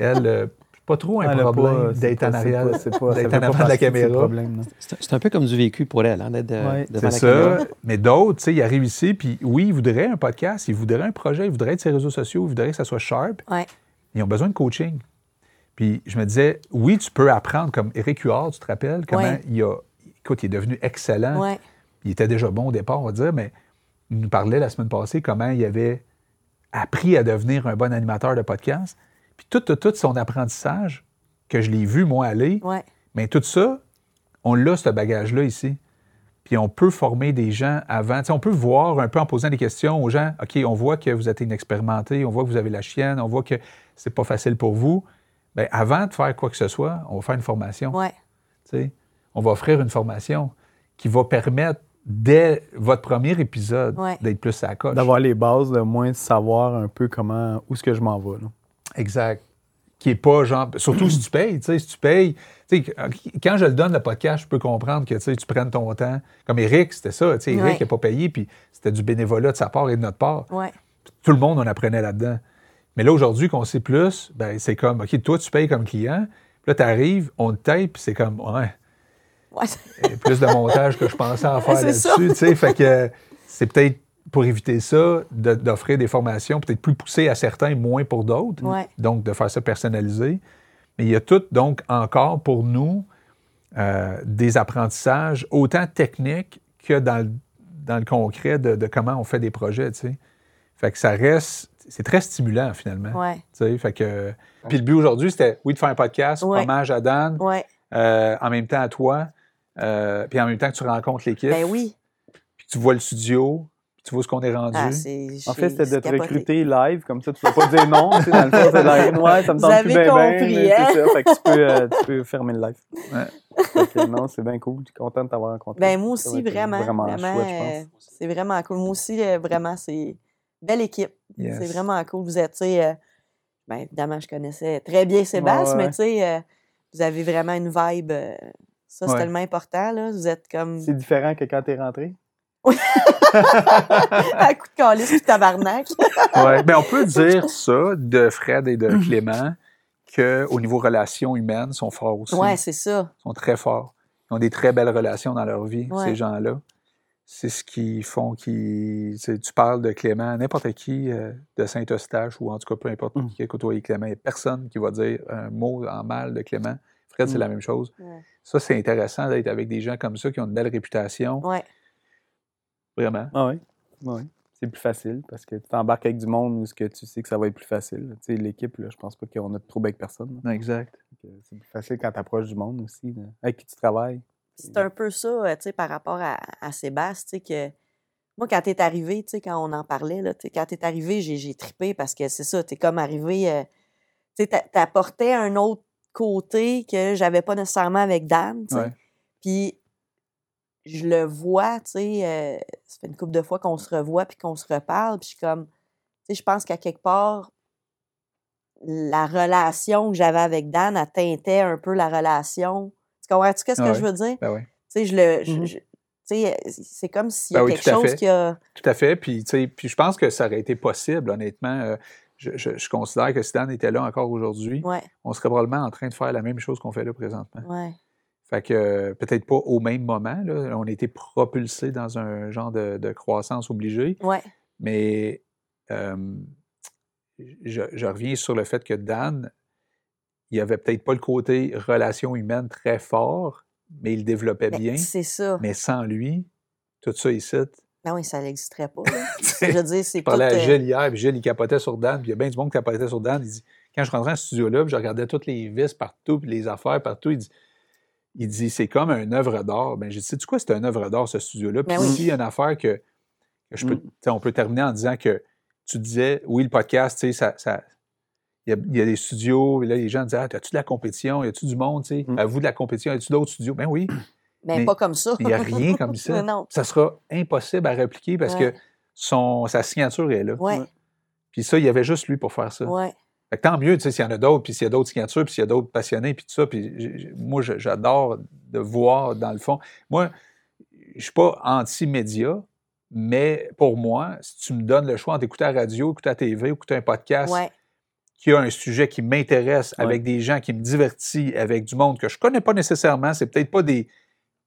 Speaker 1: Elle, euh, pas trop un
Speaker 3: Elle a
Speaker 1: problème
Speaker 3: pas- Ah, c'est
Speaker 1: d'être
Speaker 3: pas-
Speaker 1: en
Speaker 3: c'est
Speaker 1: arrière,
Speaker 3: pas- c'est pas- ça
Speaker 1: d'être
Speaker 3: fait
Speaker 1: en
Speaker 3: pas
Speaker 1: avant de la
Speaker 3: partie de ses
Speaker 1: caméra.
Speaker 3: problèmes, non.
Speaker 4: C'est c'est un peu comme du vécu pour elle, hein, d'être de-
Speaker 3: Ouais,
Speaker 4: devant
Speaker 1: C'est
Speaker 4: la
Speaker 1: ça.
Speaker 4: caméra.
Speaker 1: Mais d'autres, tu sais, ils arrivent ici, puis oui, ils voudraient un podcast, ils voudraient un projet, ils voudraient être sur les réseaux sociaux, ils voudraient que ça soit sharp.
Speaker 2: Ouais.
Speaker 1: Ils ont besoin de coaching. Puis je me disais, oui, tu peux apprendre, comme Eric Huard, tu te rappelles, comment
Speaker 2: Ouais.
Speaker 1: il a. Écoute, il est devenu excellent.
Speaker 2: Ouais.
Speaker 1: Il était déjà bon au départ, on va dire, mais il nous parlait la semaine passée comment il avait appris à devenir un bon animateur de podcast. Puis tout, tout, tout son apprentissage, que je l'ai vu, moi, aller,
Speaker 2: Ouais.
Speaker 1: mais tout ça, on l'a, ce bagage-là ici. Puis on peut former des gens avant. Tu sais, on peut voir un peu en posant des questions aux gens. OK, on voit que vous êtes inexpérimenté, on voit que vous avez la chienne, on voit que c'est pas facile pour vous. Bien, avant de faire quoi que ce soit, on va faire une formation.
Speaker 2: Ouais.
Speaker 1: Tu sais, on va offrir une formation qui va permettre, dès votre premier épisode,
Speaker 2: Ouais.
Speaker 1: d'être plus à la coche.
Speaker 3: D'avoir les bases, de moins de savoir un peu comment, où est-ce que je m'en vais. là.
Speaker 1: Exact. Qui est pas genre. Surtout si tu payes, tu sais, si tu payes. Tu sais, quand je le donne le podcast, je peux comprendre que tu sais, tu prennes ton temps. Comme Eric, c'était ça. Tu sais, Eric
Speaker 2: Ouais.
Speaker 1: n'a pas payé, puis c'était du bénévolat de sa part et de notre part.
Speaker 2: Ouais.
Speaker 1: Tout le monde, on apprenait là-dedans. Mais là, aujourd'hui, qu'on sait plus, ben, c'est comme, OK, toi, tu payes comme client. Puis Là, tu arrives, on te tape, puis c'est comme, ouais,
Speaker 2: Ouais.
Speaker 1: et plus de montage que je pensais en faire
Speaker 2: C'est ça.
Speaker 1: là-dessus. tu sais. Fait que euh, c'est peut-être pour éviter ça, de- d'offrir des formations peut-être plus poussées à certains, moins pour d'autres.
Speaker 2: Ouais.
Speaker 1: Donc, de faire ça personnalisé. Mais il y a tout, donc, encore pour nous, euh, des apprentissages autant techniques que dans le, dans le concret de, de comment on fait des projets. tu sais. Fait que ça reste, c'est très stimulant finalement.
Speaker 2: Ouais.
Speaker 1: tu sais. Fait que, puis le but aujourd'hui, c'était, oui, de faire un podcast,
Speaker 2: Ouais.
Speaker 1: hommage à Dan,
Speaker 2: Ouais.
Speaker 1: euh, en même temps à toi, euh, puis en même temps que tu rencontres l'équipe,
Speaker 2: Ben oui.
Speaker 1: puis tu vois le studio, puis tu vois ce qu'on est rendu.
Speaker 2: Ah, c'est-
Speaker 3: En fait,
Speaker 2: j'ai-
Speaker 3: c'était de
Speaker 2: c'est
Speaker 3: te
Speaker 2: capoté.
Speaker 3: recruter live, comme ça, tu peux pas dire non. tu sais, dans le fond, c'est live. Ouais, ça me
Speaker 2: Vous
Speaker 3: tente
Speaker 2: avez
Speaker 3: plus bien,
Speaker 2: compris, hein?
Speaker 3: C'est ça, fait que tu peux, euh, tu peux fermer le live.
Speaker 1: Ouais.
Speaker 3: Fait que non, c'est bien cool. Je suis content de t'avoir rencontré.
Speaker 2: Ben moi
Speaker 3: Ça
Speaker 2: aussi,
Speaker 3: va être euh,
Speaker 2: vraiment.
Speaker 3: vraiment
Speaker 2: Vraiment,
Speaker 3: chouette, je pense.
Speaker 2: euh, c'est vraiment cool. Moi aussi, euh, vraiment, c'est belle équipe.
Speaker 1: Yes.
Speaker 2: C'est vraiment cool. Vous êtes, tu sais, euh, ben, évidemment, je connaissais très bien Sébastien,
Speaker 3: Ouais, ouais.
Speaker 2: mais tu sais, euh, vous avez vraiment une vibe. euh, ça, c'est
Speaker 1: Ouais.
Speaker 2: tellement important, là. Vous êtes comme
Speaker 3: C'est différent que quand t'es rentré?
Speaker 2: à coup de calice puis tabarnak.
Speaker 1: Ouais. Ben, on peut dire ça de Fred et
Speaker 2: Mhm.
Speaker 1: de Clément qu'au niveau relations humaines, ils sont forts aussi.
Speaker 2: ouais, c'est ça.
Speaker 1: Ils sont très forts. Ils ont des très belles relations dans leur vie,
Speaker 2: Ouais.
Speaker 1: ces gens-là. C'est ce qui font qui. tu sais, Tu parles de Clément, n'importe qui euh, de Saint-Eustache, ou en tout cas peu importe
Speaker 2: Mhm.
Speaker 3: Mm.
Speaker 1: qui a côtoyé Clément, il n'y a personne qui va dire un mot en mal de Clément. Fred, c'est
Speaker 3: Mm.
Speaker 1: la même chose.
Speaker 2: Mhm. Ouais.
Speaker 1: Ça, c'est intéressant d'être avec des gens comme ça qui ont une belle réputation.
Speaker 2: Ouais.
Speaker 1: Vraiment.
Speaker 3: Ah oui. Ouais. C'est plus facile parce que tu t'embarques avec du monde où ce que tu sais que ça va être plus facile. Tu sais, l'équipe, là, je pense pas qu'on a de trouble avec personne. là.
Speaker 1: Exact.
Speaker 3: Fait que C'est plus facile quand t'approches du monde aussi, là, avec qui tu travailles.
Speaker 2: C'est un peu ça, euh, tu sais, par rapport à, à Sébastien, tu sais, que Moi, quand t'es arrivé, tu sais, quand on en parlait, là, tu sais, quand t'es arrivé, j'ai, j'ai trippé parce que c'est ça, t'es comme arrivé. euh, tu sais, t'a- t'apportais un autre côté que j'avais pas nécessairement avec Dan, tu sais.
Speaker 1: Ouais.
Speaker 2: Puis je le vois, tu sais, euh, ça fait une couple de fois qu'on se revoit puis qu'on se reparle, puis je suis comme, tu sais, je pense qu'à quelque part, la relation que j'avais avec Dan atteintait un peu la relation. Tu comprends-tu qu'est-ce que
Speaker 1: Ouais.
Speaker 2: je veux dire?
Speaker 1: Ben oui.
Speaker 2: Tu sais, je le. je-
Speaker 3: Mhm.
Speaker 2: je- tu sais, euh, c'est comme s'il y a
Speaker 1: Ben oui,
Speaker 2: quelque
Speaker 1: tout à
Speaker 2: chose
Speaker 1: fait.
Speaker 2: qui a.
Speaker 1: Tout à fait. Puis, tu sais, puis je pense que ça aurait été possible, honnêtement. Euh, je, je- je considère que si Dan était là encore aujourd'hui,
Speaker 2: Ouais,
Speaker 1: on serait probablement en train de faire la même chose qu'on fait là présentement.
Speaker 2: ouais.
Speaker 1: Fait que euh, peut-être pas au même moment. Là. On était propulsé dans un genre de, de croissance obligée.
Speaker 2: Ouais,
Speaker 1: Mais euh, je, je reviens sur le fait que Dan, il avait peut-être pas le côté relation humaine très fort, mais il le développait
Speaker 2: ben,
Speaker 1: bien.
Speaker 2: c'est ça.
Speaker 1: Mais sans lui, tout ça ici.
Speaker 2: Ben oui, ça n'existerait pas. là.
Speaker 1: tu sais,
Speaker 2: je veux dire, c'est
Speaker 1: je
Speaker 2: tout.
Speaker 1: parlais à
Speaker 2: euh,
Speaker 1: Gilles hier, puis Gilles, il capotait sur Dan, puis il y a bien du monde qui capotait sur Dan. Il dit, quand je rentrais en studio là, puis je regardais toutes les vis partout, puis les affaires partout, il dit, il dit c'est comme une œuvre d'art. Ben, j'ai dit, sais-tu quoi, c'est une œuvre d'art, ce studio-là? Puis
Speaker 2: Ben oui.
Speaker 1: ici, il y a une affaire que, que je peux,
Speaker 3: Mm.
Speaker 1: tu sais, on peut terminer en disant que tu disais, oui, le podcast, tu sais, ça. ça- il y, a, il y a des studios, et là, les gens disaient Ah, as-tu de la compétition Y a-tu du monde tu sais?
Speaker 3: Mm.
Speaker 1: À vous de la compétition Y a-tu d'autres studios Ben oui,
Speaker 2: ben,
Speaker 1: mais-
Speaker 2: pas comme ça.
Speaker 1: il n'y a rien comme ça.
Speaker 2: Ben non.
Speaker 1: Ça sera impossible à répliquer parce
Speaker 2: Ouais.
Speaker 1: que son, sa signature est là.
Speaker 2: Ouais,
Speaker 1: Puis ça, il y avait juste lui pour faire ça. Ah,
Speaker 2: ouais.
Speaker 1: Fait que tant mieux, tu sais, s'il y en a d'autres, puis s'il y a d'autres signatures, puis s'il y a d'autres passionnés, puis tout ça. Puis j- j- moi, je- j'adore de voir, dans le fond. Moi, je suis pas anti-média, mais pour moi, si tu me donnes le choix entre écouter à la radio, écouter à la TV, écouter un podcast
Speaker 2: Ouais,
Speaker 1: qui a un sujet qui m'intéresse,
Speaker 3: Ouais.
Speaker 1: avec des gens qui me divertissent, avec du monde que je connais pas nécessairement, c'est peut-être pas des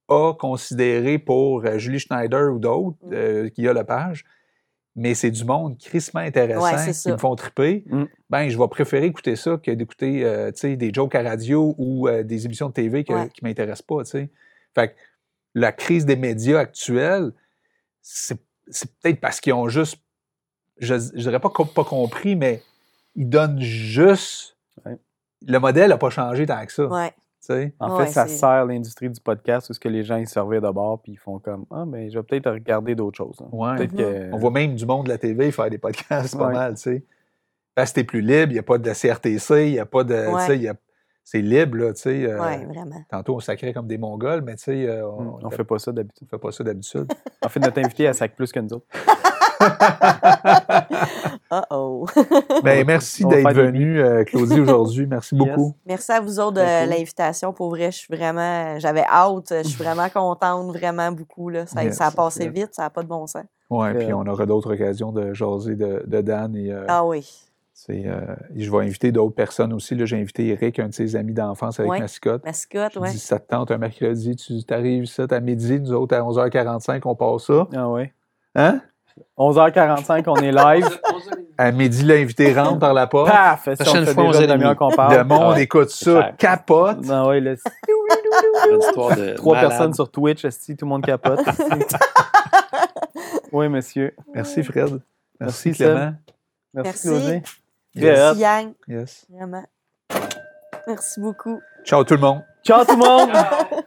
Speaker 1: A considérés pour euh, Julie Schneider ou d'autres,
Speaker 2: Mm.
Speaker 1: euh, qui a le page, mais c'est du monde crissement intéressant
Speaker 2: Ouais, c'est
Speaker 1: qui
Speaker 2: ça.
Speaker 1: me font triper,
Speaker 3: Mm.
Speaker 1: ben je vais préférer écouter ça que d'écouter euh, tu sais, des jokes à radio ou euh, des émissions de TV que-
Speaker 2: Ouais.
Speaker 1: qui m'intéressent pas, tu sais. Fait que la crise des médias actuelle, c'est c'est peut-être parce qu'ils ont juste, je, je dirais pas com- pas compris, mais ils donnent juste.
Speaker 3: Ouais.
Speaker 1: Le modèle n'a pas changé tant que ça.
Speaker 2: ouais.
Speaker 1: tu sais.
Speaker 3: En
Speaker 2: Ouais,
Speaker 3: fait, ça
Speaker 2: c'est-
Speaker 3: sert l'industrie du podcast où ce que les gens ils servaient d'abord puis ils font comme ah ben je vais peut-être regarder d'autres choses. hein.
Speaker 1: Ouais.
Speaker 3: Peut-être
Speaker 2: Mhm.
Speaker 3: que
Speaker 1: On voit même du monde de la TV faire des podcasts, c'est pas
Speaker 3: Ouais.
Speaker 1: mal, tu sais. Parce que t'es plus libre, il n'y a pas de CRTC, il n'y a pas de. tu
Speaker 2: Ouais.
Speaker 1: sais, y a- C'est libre, là, tu sais. euh,
Speaker 2: Ouais, vraiment.
Speaker 1: Tantôt, on sacrait comme des Mongols, mais tu sais, euh,
Speaker 3: Hmm,
Speaker 1: on
Speaker 3: on
Speaker 1: ne
Speaker 3: fait pas ça d'habitude.
Speaker 1: fait pas ça d'habitude.
Speaker 3: En fait, notre invité, elle sac plus que nous autres.
Speaker 2: Uh oh.
Speaker 1: ben, merci
Speaker 3: on va
Speaker 1: d'être
Speaker 3: faire des
Speaker 1: venu, euh, Claudie, aujourd'hui. Merci
Speaker 3: Yes.
Speaker 1: beaucoup.
Speaker 2: Merci à vous autres
Speaker 3: Très
Speaker 2: de
Speaker 3: cool.
Speaker 2: l'invitation. Pour vrai, je suis vraiment. J'avais hâte. Je suis vraiment contente, vraiment beaucoup. Là. Ça,
Speaker 1: Yes,
Speaker 2: ça a passé
Speaker 3: c'est-
Speaker 2: vite, ça n'a pas de bon sens.
Speaker 1: Ouais,
Speaker 3: Très-
Speaker 1: puis on aura d'autres occasions de jaser de, de Dan et. euh,
Speaker 2: Ah oui.
Speaker 1: c'est, euh, je vais inviter d'autres personnes aussi. là. J'ai invité Eric, un de ses amis d'enfance avec
Speaker 2: Ouais.
Speaker 1: Mascotte.
Speaker 2: Mascotte,
Speaker 1: Je
Speaker 2: ouais.
Speaker 1: dis, ça te tente un mercredi, tu t'arrives ça à midi, nous autres à 11h45, on passe ça.
Speaker 3: Ah ouais.
Speaker 1: Hein?
Speaker 3: 11h45, on est live.
Speaker 1: À midi, l'invité rentre par la porte.
Speaker 3: Paf! Si on
Speaker 4: Prochaine
Speaker 3: fait
Speaker 4: fois,
Speaker 3: déjà
Speaker 4: 11h30.
Speaker 3: une demi-heure qu'on
Speaker 1: Le
Speaker 3: parle.
Speaker 1: monde
Speaker 4: ouais.
Speaker 1: écoute ça,
Speaker 3: Exact.
Speaker 1: capote.
Speaker 3: Ah ouais, là, c'est
Speaker 4: Une histoire de
Speaker 3: trois
Speaker 4: malade.
Speaker 3: personnes sur Twitch, esti, tout le monde capote. esti. oui, monsieur.
Speaker 1: Merci Fred. Merci,
Speaker 3: Merci,
Speaker 1: Clément.
Speaker 3: Merci,
Speaker 2: Merci.
Speaker 3: Claudie.
Speaker 1: Yes.
Speaker 2: Merci, Yang.
Speaker 1: Yes.
Speaker 2: Vraiment. Merci beaucoup.
Speaker 1: Ciao tout le monde.
Speaker 3: Ciao tout le monde!